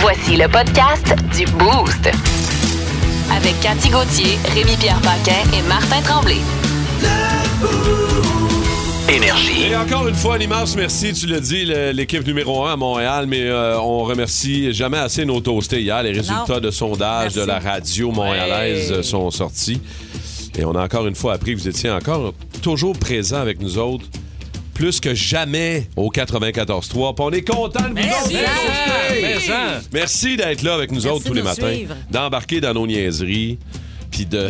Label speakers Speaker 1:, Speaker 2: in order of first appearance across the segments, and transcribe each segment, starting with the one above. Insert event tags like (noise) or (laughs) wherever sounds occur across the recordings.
Speaker 1: Voici le podcast du Boost. Avec Cathy Gauthier, Rémi-Pierre Paquin et Martin Tremblay.
Speaker 2: Énergie.
Speaker 3: Et encore une fois, un immense merci. Tu l'as dit, le- l'équipe numéro 1 à Montréal, mais euh, on remercie jamais assez nos toastés hier. Les résultats de sondage de la radio montréalaise euh, sont sortis. Et on a encore une fois appris que vous étiez encore toujours présents avec nous autres, plus que jamais au 94.3. Puis On est content de vous autres,
Speaker 2: hein.
Speaker 3: les toastés. Merci d'être là avec nous
Speaker 4: Merci
Speaker 3: autres tous
Speaker 4: de
Speaker 3: les
Speaker 4: nous
Speaker 3: matins,
Speaker 4: suivre.
Speaker 3: d'embarquer dans nos niaiseries, puis
Speaker 4: (laughs)
Speaker 3: de...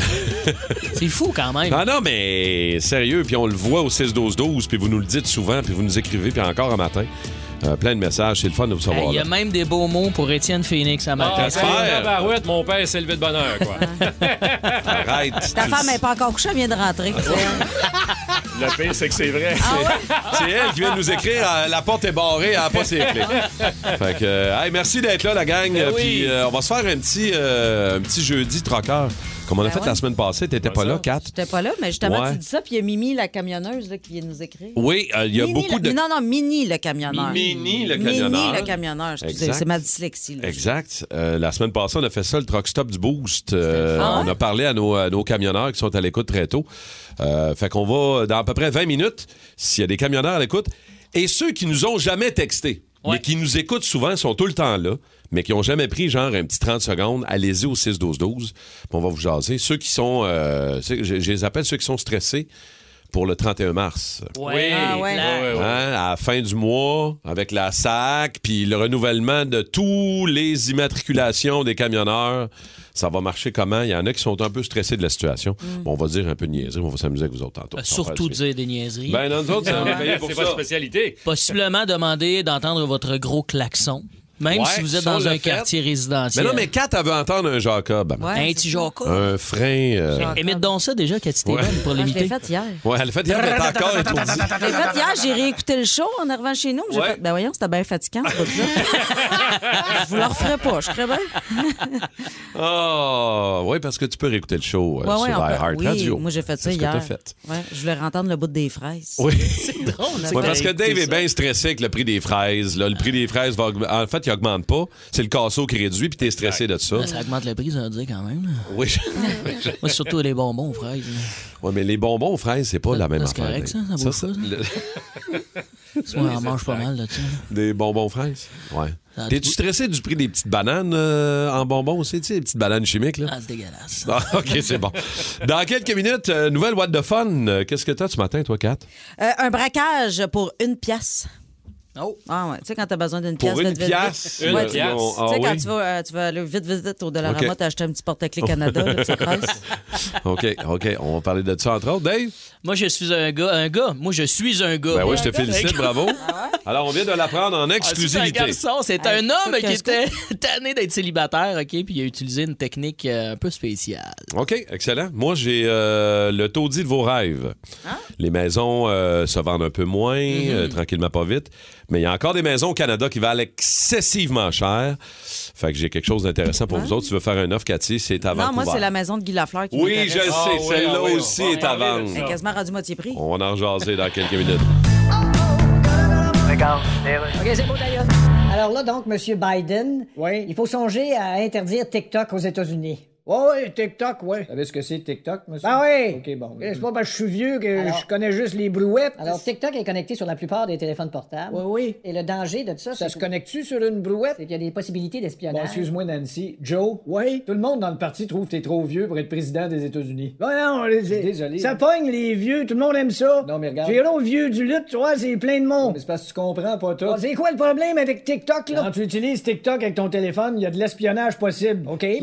Speaker 5: C'est fou quand
Speaker 6: Hein?
Speaker 5: même.
Speaker 3: Ah non, mais sérieux, puis on le voit au 6-12-12, puis vous nous le dites souvent, puis vous nous écrivez, puis encore un matin, euh, plein de messages, c'est le fun de vous
Speaker 5: Hey,
Speaker 3: savoir.
Speaker 5: Il y a
Speaker 3: là.
Speaker 5: même des beaux mots pour Étienne Phoenix à matin.
Speaker 3: T'espères? ben,
Speaker 6: Tabarouette, mon père s'est levé de bonheur, quoi.
Speaker 3: (laughs) Arrête.
Speaker 4: Ta
Speaker 3: tu-
Speaker 4: femme n'est pas encore couchée, elle vient
Speaker 3: (laughs)
Speaker 4: de rentrer.
Speaker 6: Le pire, c'est que c'est vrai.
Speaker 4: Ah
Speaker 3: (laughs) C'est elle qui vient de nous écrire euh, La porte est barrée, elle n'a pas ses clés. Fait que, euh, hey, merci d'être là, la gang.
Speaker 6: Ben oui.
Speaker 3: Puis euh, on va se faire un petit, euh, un petit jeudi troqueur, comme on a
Speaker 4: Ben
Speaker 3: fait
Speaker 4: ouais.
Speaker 3: la semaine passée. T'étais pas
Speaker 6: ça.
Speaker 3: là, Kat?
Speaker 4: J'étais pas là, mais justement,
Speaker 3: Ouais.
Speaker 4: tu dis ça, puis il y a Mimi, la camionneuse, là, qui vient nous écrire.
Speaker 3: Oui, euh, il y a
Speaker 4: Mini,
Speaker 3: beaucoup
Speaker 4: le-
Speaker 3: de.
Speaker 4: Non, non, Mini le camionneur.
Speaker 3: Mini, le
Speaker 4: Mini
Speaker 3: camionneur.
Speaker 4: le camionneur, excusez,
Speaker 3: Exact.
Speaker 4: c'est ma dyslexie. là.
Speaker 3: Exact. Euh, la semaine passée, on a fait ça, le truck stop du boost. Euh,
Speaker 4: Ah ouais?
Speaker 3: On a parlé à nos, à nos camionneurs qui sont à l'écoute très tôt. Euh, fait qu'on va, dans à peu près 20 minutes, s'il y a des camionneurs à l'écoute, et ceux qui nous ont jamais texté,
Speaker 5: Ouais.
Speaker 3: mais qui nous écoutent souvent, sont tout le temps là, mais qui ont jamais pris genre un petit 30 secondes, allez-y au 6-12-12, puis on va vous jaser. Ceux qui sont, euh, c'est- je, je les appelle ceux qui sont stressés pour le 31 mars.
Speaker 5: Ouais.
Speaker 4: Ah ouais.
Speaker 5: Là,
Speaker 6: Ouais, ouais.
Speaker 3: Hein, à la fin du mois, avec la SAC, puis le renouvellement de tous les immatriculations des camionneurs, ça va marcher comment? Il y en a qui sont un peu stressés de la situation.
Speaker 4: Mm.
Speaker 3: Bon, on va dire un peu de niaiserie, on va s'amuser avec vous autres tantôt.
Speaker 5: euh,
Speaker 3: Ça va faire
Speaker 5: Surtout
Speaker 3: du bien.
Speaker 5: dire des niaiseries.
Speaker 3: Ben, dans nous autres, ça va payer pour
Speaker 6: C'est
Speaker 3: ça.
Speaker 6: votre
Speaker 3: (laughs)
Speaker 6: spécialité.
Speaker 5: Possiblement demander d'entendre votre gros klaxon, même
Speaker 3: Ouais,
Speaker 5: si vous êtes
Speaker 3: ça, on
Speaker 5: dans
Speaker 3: l'a
Speaker 5: un
Speaker 3: fait.
Speaker 5: quartier
Speaker 3: Mais
Speaker 5: résidentiel.
Speaker 3: non, mais Kat, elle veut entendre un Jacob.
Speaker 4: Ouais,
Speaker 5: Un
Speaker 4: c'est
Speaker 5: petit
Speaker 4: ça.
Speaker 5: joco.
Speaker 3: Un frein... euh,
Speaker 4: Jacob.
Speaker 5: Émette donc ça déjà, Cathy
Speaker 3: Ouais.
Speaker 5: Taylor, pour
Speaker 4: Ah, je l'ai
Speaker 5: l'imiter.
Speaker 4: fait hier.
Speaker 3: Ouais, elle le fait hier, mais
Speaker 4: (laughs)
Speaker 3: t'es encore
Speaker 5: (laughs)
Speaker 3: étourdie.
Speaker 4: Je l'ai fait hier, j'ai réécouté le show en arrivant chez nous. puis J'ai
Speaker 3: Ouais.
Speaker 4: fait, ben voyons, c'était bien fatigant, ce bout-là.
Speaker 3: (laughs)
Speaker 4: je vous le referai pas, je ferais bien.
Speaker 3: Ah, oui, parce que tu peux réécouter le show euh,
Speaker 4: Ouais,
Speaker 3: sur
Speaker 4: ouais, on peut-
Speaker 3: iHeart
Speaker 4: oui,
Speaker 3: Radio.
Speaker 4: moi j'ai fait ça
Speaker 3: C'est ce que
Speaker 4: hier.
Speaker 3: t'as fait.
Speaker 4: Ouais, je voulais entendre le bout des fraises. hein.
Speaker 3: Oui.
Speaker 5: Drôle,
Speaker 3: Ouais,
Speaker 5: ça.
Speaker 3: parce que Dave
Speaker 5: Écoutez
Speaker 3: est
Speaker 5: ça.
Speaker 3: bien stressé avec le prix des fraises. là. Le prix des fraises, va augmenter. en fait, il augmente pas. C'est le casseau qui réduit, puis t'es stressé de ça.
Speaker 5: Ça augmente le prix, ça veut dire quand même. là.
Speaker 3: Oui, je-
Speaker 5: Moi, c'est surtout les bonbons, frère. Ils
Speaker 3: Ouais, mais les bonbons aux fraises, c'est pas la même
Speaker 5: c'est
Speaker 3: affaire.
Speaker 5: correct, ça,
Speaker 3: Dave.
Speaker 5: ça vaut le coup,
Speaker 3: c'est-
Speaker 5: on en mange pas mal de ça.
Speaker 3: le- Des bonbons aux fraises? Ouais.
Speaker 5: Ça a
Speaker 3: T'es-tu
Speaker 5: tout-
Speaker 3: stressé du prix des petites bananes euh, en bonbons aussi, tu sais, les petites bananes chimiques, là?
Speaker 5: Ah, c'est dégueulasse.
Speaker 3: Ah, OK, c'est bon. Dans quelques minutes, euh, nouvelle What de Fun. Euh, Qu'est-ce que t'as ce matin, toi, Kat?
Speaker 4: Euh, un braquage pour une pièce.
Speaker 5: Oh.
Speaker 4: Ah ouais, tu sais, quand t'as besoin d'une pièce,
Speaker 3: Pour une
Speaker 4: vite, vite,
Speaker 3: pièce?
Speaker 4: vite.
Speaker 6: Une
Speaker 4: Ouais,
Speaker 6: pièce.
Speaker 4: Tu
Speaker 3: On-
Speaker 4: tu
Speaker 3: ah
Speaker 4: sais, quand
Speaker 3: oui?
Speaker 4: tu vas, euh, tu vas aller vite, vite, vite au Dollarama,
Speaker 3: Ok.
Speaker 4: t'as acheté un petit porte-clés Canada, là, puis
Speaker 3: (laughs)
Speaker 4: ça presse.
Speaker 3: OK, OK. On va parler de ça, entre autres. Dave?
Speaker 5: Moi, je suis un gars. Un gars. Moi, je suis un gars.
Speaker 3: Ben oui, je te
Speaker 5: Un gars.
Speaker 3: félicite,
Speaker 4: (laughs)
Speaker 3: bravo.
Speaker 4: Ah
Speaker 3: Alors, on vient de l'apprendre en
Speaker 5: Ah, c'est un
Speaker 3: exclusivité.
Speaker 5: garçon, c'est
Speaker 4: Hey,
Speaker 5: un homme
Speaker 4: faut
Speaker 5: qui
Speaker 4: que je
Speaker 5: était (laughs) tanné d'être célibataire, OK, puis il a utilisé une technique euh, un peu spéciale.
Speaker 3: OK, excellent. Moi, j'ai euh, le taudis de vos rêves.
Speaker 4: Hein?
Speaker 3: Les maisons euh, se vendent un peu moins,
Speaker 4: Mm-hmm.
Speaker 3: euh, tranquillement pas vite. Mais il y a encore des maisons au Canada qui valent excessivement cher. Fait que j'ai quelque chose d'intéressant pour vous autres. Tu veux faire un offre, Cathy? C'est à
Speaker 4: Non,
Speaker 3: Vancouver.
Speaker 4: moi, c'est la maison de Guy Lafleur qui
Speaker 3: Oui,
Speaker 4: m'intéresse.
Speaker 3: je le sais.
Speaker 6: Ah oui,
Speaker 3: Celle-là Oh.
Speaker 6: ah oui, on va
Speaker 3: aussi
Speaker 6: en
Speaker 3: est à
Speaker 6: parler de
Speaker 3: vendre.
Speaker 4: Elle est quasiment rendu moitié prix.
Speaker 3: On va en rejaser dans quelques minutes.
Speaker 7: Alors là, donc, M. Biden,
Speaker 8: Oui.
Speaker 7: il faut songer à interdire TikTok aux États-Unis.
Speaker 8: Ouais, ouais, TikTok, ouais.
Speaker 9: Vous savez ce que c'est TikTok, monsieur?
Speaker 8: Ben oui.
Speaker 9: OK, bon.
Speaker 8: C'est pas parce que je suis vieux que
Speaker 7: Alors-
Speaker 8: je connais juste les brouettes.
Speaker 7: Alors, TikTok est connecté sur la plupart des téléphones portables.
Speaker 8: Oui, oui.
Speaker 7: Et le danger de ça,
Speaker 8: Ça
Speaker 7: c'est
Speaker 8: se
Speaker 7: que-
Speaker 8: connecte-tu sur une brouette?
Speaker 7: c'est qu'il y a des possibilités
Speaker 9: Bon,
Speaker 7: d'espionnage.
Speaker 9: excuse-moi, Nancy. Joe?
Speaker 8: Oui.
Speaker 9: Tout le monde dans le parti trouve que t'es trop vieux pour être président des États-Unis.
Speaker 8: Bon, Ben non, les-
Speaker 9: désolé.
Speaker 8: Ça pogne, les vieux. Tout le monde aime ça.
Speaker 9: Non, mais regarde.
Speaker 8: J'irai aux vieux du lutte, tu vois, c'est plein de monde.
Speaker 9: Mais c'est parce que tu comprends pas tout.
Speaker 8: Ah, C'est quoi le problème avec TikTok, là?
Speaker 9: Quand tu utilises TikTok avec ton téléphone, il y a de l'espionnage possible. Euh,
Speaker 8: OK,
Speaker 9: Ils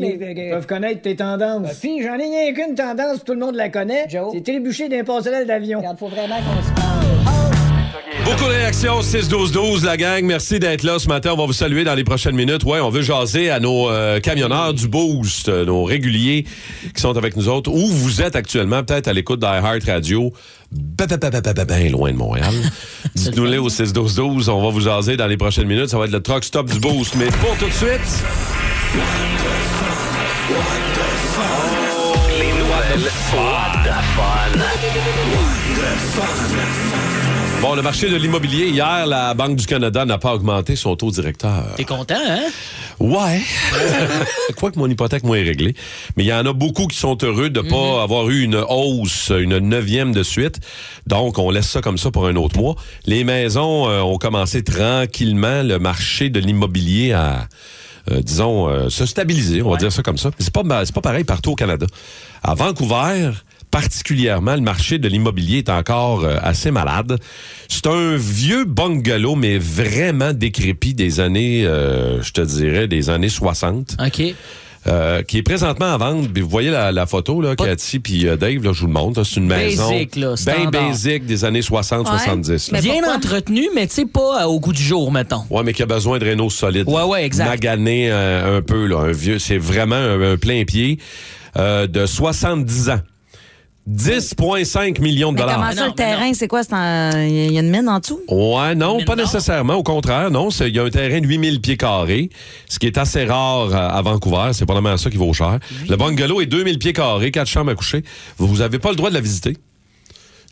Speaker 9: euh,
Speaker 8: mais-
Speaker 9: peuvent connaître tes
Speaker 2: Bah,
Speaker 9: tendances.
Speaker 8: Puis, j'en ai rien qu'une tendance, tout le monde la connaît.
Speaker 7: Joe.
Speaker 8: C'est trébucher d'un passerelle d'avion.
Speaker 7: Regarde, faut vraiment qu'on se parle.
Speaker 3: Beaucoup de réactions, 6-12-12, la gang. Merci d'être là ce matin. On va vous saluer dans les prochaines minutes. Ouais, on veut jaser à nos euh, camionneurs du Boost, euh, nos réguliers qui sont avec nous autres. Où vous êtes actuellement, peut-être à l'écoute d'Heart Radio, ben, ben, ben, ben, ben, ben, ben loin de Montréal. Dites-nous-les au 6-12-12. On va vous jaser dans les prochaines minutes. Ça va être le truck stop du Boost. Mais pour tout de suite,
Speaker 2: Les nouvelles What the Fun.
Speaker 3: Bon, le marché de l'immobilier, hier, la Banque du Canada n'a pas augmenté son taux directeur.
Speaker 5: T'es content, hein?
Speaker 3: Ouais. (laughs) Quoique mon hypothèque, moi, est réglée. Mais il y en a beaucoup qui sont heureux de ne pas
Speaker 5: Mhm.
Speaker 3: avoir eu une hausse, une neuvième de suite. Donc, on laisse ça comme ça pour un autre mois. Les maisons euh, ont commencé tranquillement le marché de l'immobilier à, euh, disons, euh, se stabiliser. On va dire ça comme ça. C'est pas, ma- c'est pas pareil partout au Canada. À Vancouver, particulièrement, le marché de l'immobilier est encore euh, assez malade. C'est un vieux bungalow, mais vraiment décrépit des années, euh, je te dirais, des années 60,
Speaker 5: OK.
Speaker 3: euh, qui est présentement à vendre. Puis Vous voyez la, la photo, là, Cathy puis euh, Dave, là, je vous le montre. là, C'est une
Speaker 5: Basic,
Speaker 3: maison
Speaker 5: là,
Speaker 3: bien
Speaker 5: standard.
Speaker 3: basique des années 60-70.
Speaker 4: Mais
Speaker 5: Bien
Speaker 4: pourquoi?
Speaker 5: entretenu, mais tu sais, pas euh, au goût du jour, mettons.
Speaker 3: Ouais, mais qui a besoin de réno solide.
Speaker 5: Ouais, ouais, exact.
Speaker 3: Magané euh, un peu, là. Un vieux, c'est vraiment un, un plein pied euh, de 70 ans. 10,5 millions de
Speaker 4: Mais comment
Speaker 3: dollars.
Speaker 5: Non,
Speaker 4: ça, le
Speaker 5: mais
Speaker 2: Ah,
Speaker 5: non.
Speaker 4: terrain, c'est quoi? c'est en- Il y a- il y a une mine en dessous?
Speaker 3: Ouais, non,
Speaker 5: Mais
Speaker 3: pas
Speaker 5: non.
Speaker 3: nécessairement. Au contraire, non. c'est- Il y a un terrain de 8000 pieds carrés, ce qui est assez rare euh, à, à Vancouver. C'est probablement ça qui vaut cher. Le bungalow est 2000 pieds carrés, quatre chambres à coucher. Vous n'avez pas le droit de la visiter.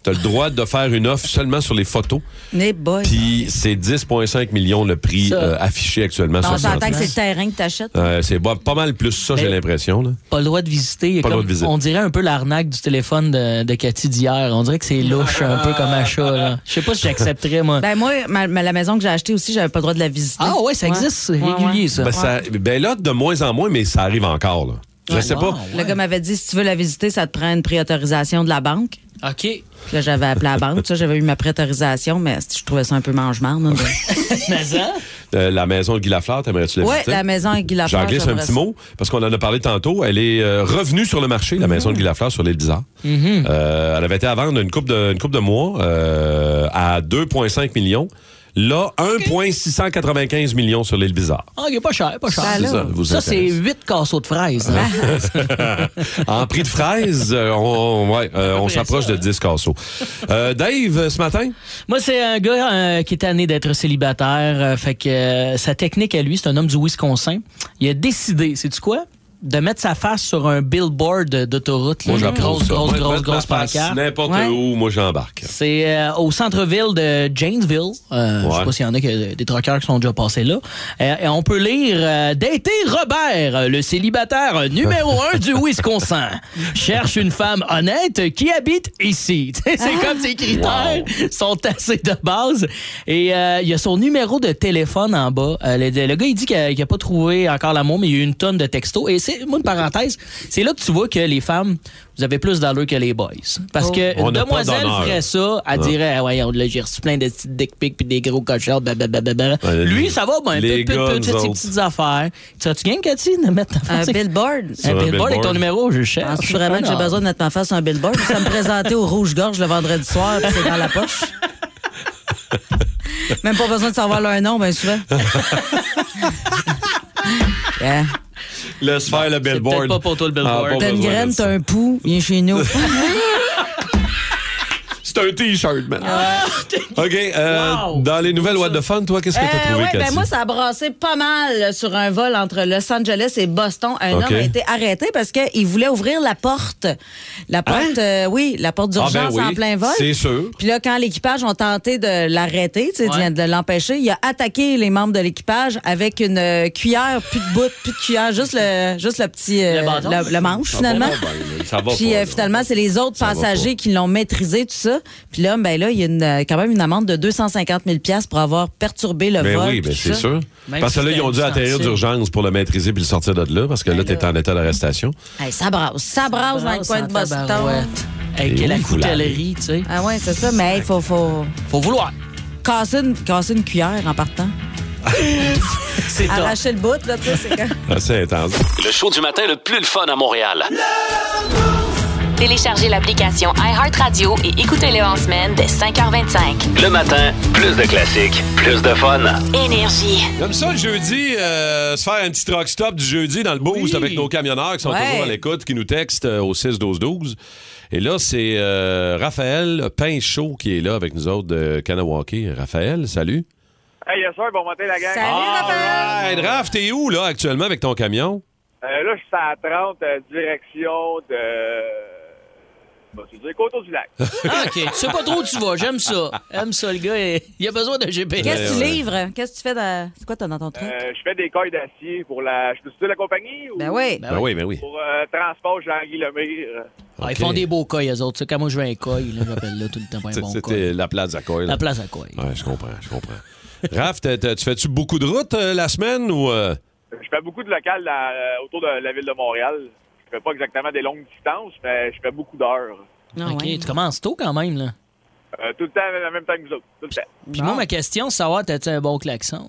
Speaker 3: Tu as le droit de faire une offre seulement sur les photos.
Speaker 2: Ah,
Speaker 4: Mais boy.
Speaker 3: Puis c'est 10,5 millions le prix
Speaker 5: Ça.
Speaker 3: euh, affiché actuellement
Speaker 4: on
Speaker 3: sur le
Speaker 4: s'entend
Speaker 3: site.
Speaker 4: que c'est le terrain que t'achètes.
Speaker 3: Euh, c'est bo- pas mal plus ça, j'ai
Speaker 5: Mais-
Speaker 3: l'impression. là.
Speaker 5: Pas le droit de visiter. Il y a
Speaker 3: Pas le droit
Speaker 5: comme-
Speaker 3: de visiter.
Speaker 5: On dirait un peu l'arnaque du téléphone de, de Cathy d'hier. On dirait que c'est louche un peu comme achat. là. Je sais pas si j'accepterais, moi.
Speaker 4: Ben moi, ma- ma- la maison que j'ai achetée aussi, j'avais pas le droit de la visiter.
Speaker 5: Ah ouais, ça existe, c'est
Speaker 4: Ouais,
Speaker 5: régulier,
Speaker 4: ouais.
Speaker 5: ça.
Speaker 3: Ben, ça- ben là, de moins en moins, mais ça arrive encore. Là. Je sais
Speaker 5: Ah, Wow.
Speaker 3: pas.
Speaker 4: Le gars m'avait dit, si tu veux la visiter, ça te prend une préautorisation de la banque.
Speaker 5: OK.
Speaker 4: Puis Là, j'avais appelé la banque, ça, j'avais eu ma préautorisation, mais je trouvais ça un peu hein, mangement.
Speaker 5: (laughs) Mais hein? ça,
Speaker 3: Euh, la maison de Guy Lafleur, t'aimerais-tu la
Speaker 4: Ouais,
Speaker 3: visiter?
Speaker 4: la maison avec Guy Lafleur.
Speaker 3: J'en glisse un
Speaker 4: j'aimerais
Speaker 3: petit
Speaker 4: ça.
Speaker 3: mot, parce qu'on en a parlé tantôt. Elle est euh, revenue sur le marché, la
Speaker 4: Mm-hmm.
Speaker 3: maison de Guy Lafleur sur l'île bizarre.
Speaker 5: Mhm. Hmm.
Speaker 3: elle avait été à vendre une coupe de, une couple de mois euh, à 2,5 millions. Là, 1,695 millions sur l'île bizarre.
Speaker 5: Ah, il est pas cher, pas cher.
Speaker 4: Ça, Ben là.
Speaker 3: Ça vous
Speaker 5: Ça, c'est
Speaker 3: intéresse.
Speaker 5: 8 casseaux de fraises. là.
Speaker 3: Ah, (laughs) En prix de fraise, euh, on, on- ouais, euh, on s'approche de 10 casseaux. Euh, Dave, ce matin?
Speaker 5: Moi, c'est un gars euh, qui est tanné d'être célibataire. euh, fait que euh, sa technique à lui, c'est un homme du Wisconsin. Il a décidé, sais-tu quoi? De mettre sa face sur un billboard d'autoroute. là,
Speaker 3: Moi,
Speaker 5: une
Speaker 3: j'approuve
Speaker 5: grosse,
Speaker 3: ça.
Speaker 5: grosse,
Speaker 3: Mettre
Speaker 5: grosse,
Speaker 3: ma
Speaker 5: grosse
Speaker 3: face
Speaker 5: pancarte.
Speaker 3: N'importe
Speaker 4: Ouais.
Speaker 3: où, moi, j'embarque.
Speaker 5: C'est euh, au centre-ville de Janesville. Euh, Je
Speaker 3: Ouais.
Speaker 5: sais pas s'il y en a que- des troqueurs qui sont déjà passés là. Euh, et on peut lire euh, Dater Robert, le célibataire
Speaker 3: (laughs)
Speaker 5: numéro un du Wisconsin. Cherche une femme honnête qui habite ici. (laughs) Tu sais, C'est comme ses critères sont assez de base. Et euh, il y a son numéro de téléphone en bas. Euh, le, le gars, il dit qu'il n'a pas trouvé encore l'amour, mais il y a eu une tonne de textos. Et c'est, moi, une parenthèse, c'est là que tu vois que les femmes, vous avez plus d'allure que les boys. Parce que
Speaker 3: Oh. On
Speaker 5: une
Speaker 3: n'a pas
Speaker 5: demoiselle
Speaker 3: d'honneur.
Speaker 5: ferait ça, elle dirait, ah ouais, là, j'ai reçu plein de petites dick pics puis des gros cochons, blablabla. Lui, ça va, ben,
Speaker 3: les
Speaker 5: peu, peu,
Speaker 3: gars,
Speaker 5: peu,
Speaker 3: nous
Speaker 5: toutes ces
Speaker 3: autres.
Speaker 5: petites affaires. Tu as-tu game, Cathy, de mettre ta
Speaker 4: Un
Speaker 5: face?
Speaker 4: billboard.
Speaker 5: Un
Speaker 3: un
Speaker 5: billboard avec
Speaker 3: billboard.
Speaker 5: ton numéro, je cherche.
Speaker 4: Penses-tu vraiment que j'ai
Speaker 5: Ah,
Speaker 4: besoin de mettre ma face sur un billboard? Ça me présenter au rouge-gorge le vendredi soir, puis c'est dans la
Speaker 5: (laughs)
Speaker 4: poche. Même pas besoin de savoir leur nom, bien
Speaker 5: (laughs)
Speaker 4: souvent. Yeah.
Speaker 3: Laisse faire le billboard. Ah,
Speaker 5: peut-être pas pour toi, le billboard.
Speaker 3: pas
Speaker 4: T'as une
Speaker 3: besoin de
Speaker 4: graine,
Speaker 3: ça.
Speaker 4: t'as un pou, viens chez
Speaker 3: (laughs)
Speaker 4: nous.
Speaker 3: C'est un T-shirt, man.
Speaker 5: (laughs)
Speaker 3: OK. euh,
Speaker 5: Ah, Wow.
Speaker 3: Dans les nouvelles What the Fun, toi, qu'est-ce que t'as
Speaker 2: Euh,
Speaker 3: trouvé,
Speaker 2: ouais,
Speaker 3: Cathy?
Speaker 2: ben moi, ça a brassé pas mal euh, sur un vol entre Los Angeles et Boston. Un
Speaker 3: Ok.
Speaker 2: homme a été arrêté parce qu'il voulait ouvrir la porte. La porte, euh, oui, la porte
Speaker 3: Hein? Ah,
Speaker 2: d'urgence
Speaker 3: ben oui,
Speaker 2: en plein vol.
Speaker 3: C'est sûr.
Speaker 2: Puis là, quand l'équipage ont tenté de l'arrêter, tu sais,
Speaker 5: Ouais.
Speaker 2: de l'empêcher, il a attaqué les membres de l'équipage avec une euh, cuillère, plus de bout, plus de cuillère, juste le, juste le petit euh,
Speaker 5: Le bâton.
Speaker 2: le, le manche finalement.
Speaker 3: Ah, ben, ça va
Speaker 2: Puis
Speaker 3: pas,
Speaker 2: euh,
Speaker 3: là.
Speaker 2: finalement, c'est les autres
Speaker 3: Ça va
Speaker 2: passagers qui l'ont maîtrisé, tout ça. Puis là, ben là, il y a une, euh, quand même une amende de 250 000 pour avoir perturbé le
Speaker 3: Ben
Speaker 2: vol.
Speaker 3: oui, ben
Speaker 2: puis
Speaker 3: c'est
Speaker 2: tout ça.
Speaker 3: sûr.
Speaker 5: Même
Speaker 3: parce que
Speaker 5: si Ben
Speaker 3: là, ils ont dû
Speaker 5: c'était
Speaker 3: atterrir
Speaker 5: distancié.
Speaker 3: d'urgence pour le maîtriser puis le sortir de là, parce que là, t'es en état d'arrestation. (laughs)
Speaker 2: Hey, ça brasse, ça brasse dans le coin de
Speaker 5: brasse en
Speaker 2: Boston.
Speaker 5: tabarouette.
Speaker 3: Et où
Speaker 5: Avec la
Speaker 3: vous l'avez?
Speaker 5: coutellerie, tu sais.
Speaker 2: Ah ouais, c'est ça, mais il faut, faut
Speaker 5: Faut vouloir.
Speaker 2: casser, une, casser une cuillère en partant.
Speaker 5: C'est top.
Speaker 2: Arracher le bout, là, tu sais, c'est quand...
Speaker 3: Assez intense.
Speaker 10: Le show du matin le plus le fun à Montréal.
Speaker 1: (laughs) Téléchargez l'application iHeartRadio et écoutez-le en semaine dès 5h25.
Speaker 10: Le matin, plus de classiques, plus de fun.
Speaker 1: Énergie.
Speaker 3: Comme ça, le jeudi, euh, se faire un petit truck stop du jeudi dans le boost avec nos camionneurs qui sont
Speaker 2: Ouais.
Speaker 3: toujours à l'écoute, qui nous textent euh, au 6-12-12. Et là, c'est euh, Raphaël Pinchot qui est là avec nous autres de Kanawake. Raphaël, salut.
Speaker 11: Hey, yes, sir, bon matin, la gang.
Speaker 2: Salut, Raphaël!
Speaker 3: Hey, Raph, t'es où là actuellement avec ton camion?
Speaker 11: Euh, là, je suis à 30, euh, direction de moi. Je veux dire, Coteau du
Speaker 5: (laughs)
Speaker 11: lac.
Speaker 5: (laughs) Ah, OK. Tu sais pas trop où tu vas. J'aime ça. J'aime ça, le gars. il- Il a besoin de
Speaker 3: Eh,
Speaker 5: GPS.
Speaker 2: Qu'est-ce que tu livres? Qu'est-ce que tu fais? dans- C'est quoi t'as dans ton truc?
Speaker 11: Euh, je fais des cailles d'acier pour la. Je peux citer la compagnie? Ou...
Speaker 2: Ben oui.
Speaker 5: Ben oui,
Speaker 3: ben oui.
Speaker 11: Pour euh, Transport Jean-Guy Lemire.
Speaker 5: Ah, ils font des beaux coils, eux autres. Tu sais, Quand moi, je veux un coil, là, j'appelle là tout le temps un
Speaker 3: C'est-
Speaker 5: bon coil.
Speaker 3: C'était la place à coil.
Speaker 5: La place à coil.
Speaker 3: Ouais, je comprends, je comprends. (laughs) Raph, t'as- t'as- tu fais-tu beaucoup de routes euh, la semaine ou. euh,
Speaker 11: Je fais beaucoup de locales dans- euh, autour de la ville de Montréal. Je fais pas exactement des longues distances, mais je fais beaucoup d'heures.
Speaker 4: Ah,
Speaker 5: OK, tu commences tôt quand même, là.
Speaker 11: Euh, tout le temps, en même temps que vous autres. Tout le
Speaker 5: (laughs)
Speaker 11: temps.
Speaker 5: Puis moi, ma question, c'est savoir, t'as-tu un bon klaxon?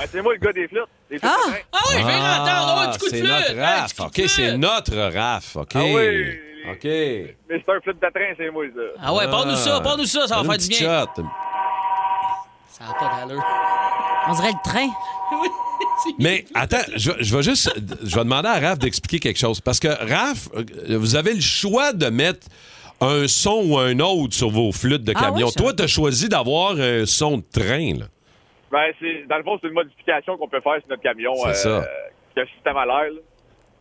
Speaker 11: Ah, c'est moi le gars des flûtes. Des flûtes
Speaker 2: Ah!
Speaker 11: de train.
Speaker 5: Ah oui, je viens d'entendre, oh, un petit coup de
Speaker 3: Ah, C'est
Speaker 5: flûte,
Speaker 3: notre
Speaker 5: hein,
Speaker 3: Raph. OK, c'est notre Raph. OK.
Speaker 11: Ah oui.
Speaker 3: OK.
Speaker 11: Mais c'est un flûte de train, c'est moi, ça.
Speaker 5: Ah ouais, parle-nous ça, parle-nous ça, ça va
Speaker 3: Donne
Speaker 5: faire
Speaker 3: une
Speaker 5: du
Speaker 3: petite
Speaker 5: bien.
Speaker 3: shot.
Speaker 5: Ça n'a pas d'allure.
Speaker 2: On dirait
Speaker 5: (laughs)
Speaker 2: le train.
Speaker 3: Mais attends, je, vais- je vais juste. Je vais demander à Raph d'expliquer quelque chose. Parce que Raph, euh, vous avez le choix de mettre un son ou un autre sur vos flûtes de
Speaker 11: Ah
Speaker 3: camion.
Speaker 11: oui, ça-
Speaker 3: Toi, t'as choisi d'avoir un son de train, là.
Speaker 11: Ben, c'est, dans le fond, c'est une modification qu'on peut faire sur notre camion. euh,
Speaker 3: C'est ça.
Speaker 11: Qui a le système à l'air, là.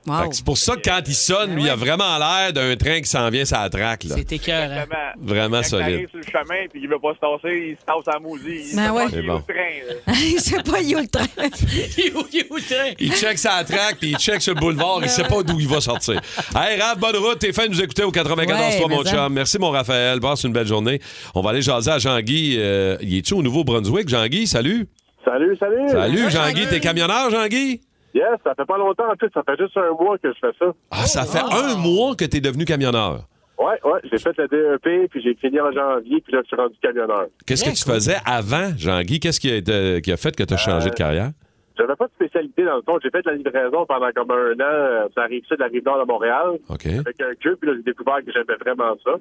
Speaker 3: Fait que C'est pour ça que quand il sonne,
Speaker 11: Ben
Speaker 3: lui, il a vraiment l'air d'un train qui s'en vient sur la traque. Là.
Speaker 5: C'était cœur.
Speaker 3: Vraiment
Speaker 11: Quand il
Speaker 3: solide.
Speaker 11: arrive sur le chemin puis il veut pas se tasser, il se tasse à mousie. Il
Speaker 2: Ben ouais.
Speaker 3: C'est
Speaker 11: il
Speaker 3: bon. (laughs)
Speaker 11: au train. là.
Speaker 2: Il sait pas, il est où le train?
Speaker 5: (laughs) Il est où le train?
Speaker 3: Il check sa traque, puis il check sur le boulevard, il sait pas d'où il va sortir. Hey, Raph, bonne route, t'es fin de nous écouter au 94
Speaker 2: Ouais,
Speaker 3: toi, mon
Speaker 2: mais ça.
Speaker 3: chum. Merci, mon Raphaël. Passe une belle journée. On va aller jaser à Jean-Guy. Euh, il est-tu au Nouveau-Brunswick, Jean-Guy? Salut.
Speaker 12: Salut, salut.
Speaker 3: Salut, Jean-Guy. T'es camionneur, Jean-Guy?
Speaker 12: Yes, ça fait pas longtemps en plus, ça fait juste un mois que je fais ça.
Speaker 3: Ah, ça fait un mois que t'es devenu camionneur.
Speaker 12: Ouais, ouais, j'ai fait la DEP, puis j'ai fini en janvier, puis là, je suis rendu camionneur.
Speaker 3: Qu'est-ce que tu faisais avant, Jean-Guy? Qu'est-ce qui a, été- qui a fait que t'as changé de carrière?
Speaker 12: J'avais pas de spécialité dans le fond. J'ai fait de la livraison pendant comme un an. euh, Ça arrive ça de la rive nord de Montréal.
Speaker 3: OK.
Speaker 12: Avec un queue, puis là, j'ai découvert que j'aimais vraiment ça.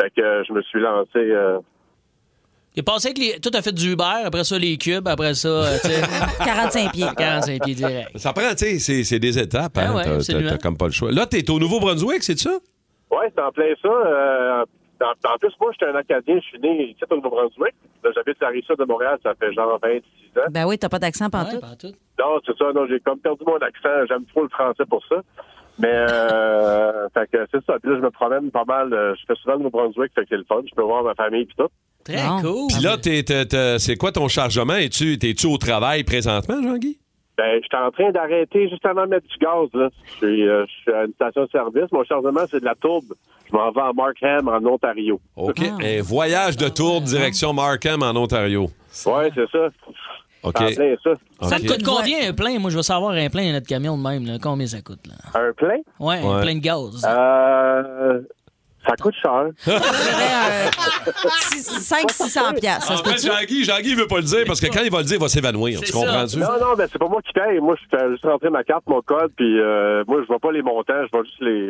Speaker 12: Fait que euh, je me suis lancé. euh,
Speaker 5: Il est passé avec les. Tout a fait du Uber, après ça, les cubes, après ça, euh,
Speaker 2: (laughs)
Speaker 5: tu sais.
Speaker 2: 45 pieds.
Speaker 5: 45 pieds direct.
Speaker 3: Ça prend, tu sais, c'est- c'est des étapes. Hein?
Speaker 5: Ah ouais,
Speaker 3: T'as- t'as-
Speaker 5: absolument.
Speaker 3: t'as comme pas le choix. Là, t'es au Nouveau-Brunswick, c'est ça?
Speaker 12: Ouais, c'est en plein ça. Euh, en, en plus, moi, j'étais un Acadien, je suis né ici au Nouveau-Brunswick. Là, J'habite la rive sud de Montréal, ça fait genre 26 ans.
Speaker 2: Ben oui, t'as pas d'accent pantoute. (laughs)
Speaker 12: Non, c'est ça. Non, j'ai comme perdu mon accent. J'aime trop le français pour ça. Mais euh, (laughs) fait que c'est ça. Puis là, je me promène pas mal. euh, Je fais souvent le Nouveau-Brunswick, fait que c'est le fun. Je peux voir ma famille puis tout.
Speaker 5: Très cool.
Speaker 3: Puis là, t'es- t'es- t'es- c'est quoi ton chargement? Es-tu es au travail présentement, Jean-Guy?
Speaker 2: Ah,
Speaker 12: Ben, j'étais en train d'arrêter juste avant de mettre du gaz. Là. Je, suis, euh, je suis à une station-service. Mon chargement, c'est de la tourbe. Je m'en vais à Markham, en Ontario.
Speaker 3: OK. Un voyage de tour
Speaker 2: Ah,
Speaker 3: direction Markham en Ontario.
Speaker 12: Ouais, c'est ça.
Speaker 3: OK.
Speaker 12: En plein ça.
Speaker 5: Ça
Speaker 3: OK.
Speaker 5: te coûte combien un plein? Moi, je veux savoir un plein à notre camion de même. Là. Combien ça coûte? Là?
Speaker 12: Un plein?
Speaker 5: Ouais, un
Speaker 12: Ouais.
Speaker 5: plein de gaz.
Speaker 12: Ah, Euh, ça coûte cher.
Speaker 2: 500-600 piastres. Ça
Speaker 3: En
Speaker 2: se
Speaker 3: fait,
Speaker 2: peut-tu?
Speaker 3: Ah, Jean-Guy, Jean-Guy, il veut pas le dire parce que quand il va le dire, il va s'évanouir. Tu comprends-tu?
Speaker 12: Non, non, mais c'est pas moi qui paye. Moi, je fais juste rentrer ma carte, mon code, puis euh, moi, je vois pas les montants, je vois juste les,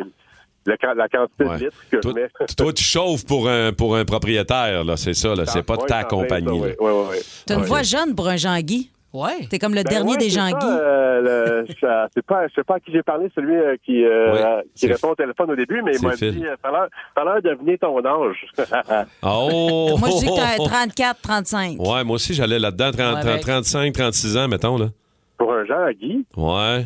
Speaker 12: la ca- la quantité
Speaker 3: Ouais.
Speaker 12: de litres que je mets.
Speaker 3: Toi, tu chauffes pour un, pour un propriétaire, là, c'est ça. Là, c'est pas de
Speaker 12: Ouais,
Speaker 3: ta
Speaker 12: ça
Speaker 3: compagnie.
Speaker 12: fait,
Speaker 3: là.
Speaker 12: ça, ouais, ouais, ouais.
Speaker 2: T'as une
Speaker 12: Ouais.
Speaker 2: voix jeune pour un Jean-Guy.
Speaker 5: Ouais.
Speaker 2: T'es comme le
Speaker 12: Ben
Speaker 2: dernier
Speaker 12: ouais,
Speaker 2: des
Speaker 12: c'est
Speaker 2: Jean-Guy.
Speaker 12: ça, euh, le- ça- c'est pas, je sais pas à qui j'ai parlé, celui euh, qui, euh, euh, qui répond au téléphone au début, mais il
Speaker 3: c'est
Speaker 12: m'a
Speaker 3: Phil.
Speaker 12: dit, euh, parleur, parleur, devinez ton âge. (laughs)
Speaker 3: Oh!
Speaker 2: Moi, je dis que t'as 34, 35.
Speaker 3: Ouais, moi aussi, j'allais là-dedans, 30,
Speaker 2: Ouais,
Speaker 3: 30,
Speaker 2: mec.
Speaker 3: 35, 36 ans, mettons. Là.
Speaker 12: Pour un Jean-Guy?
Speaker 3: Ouais.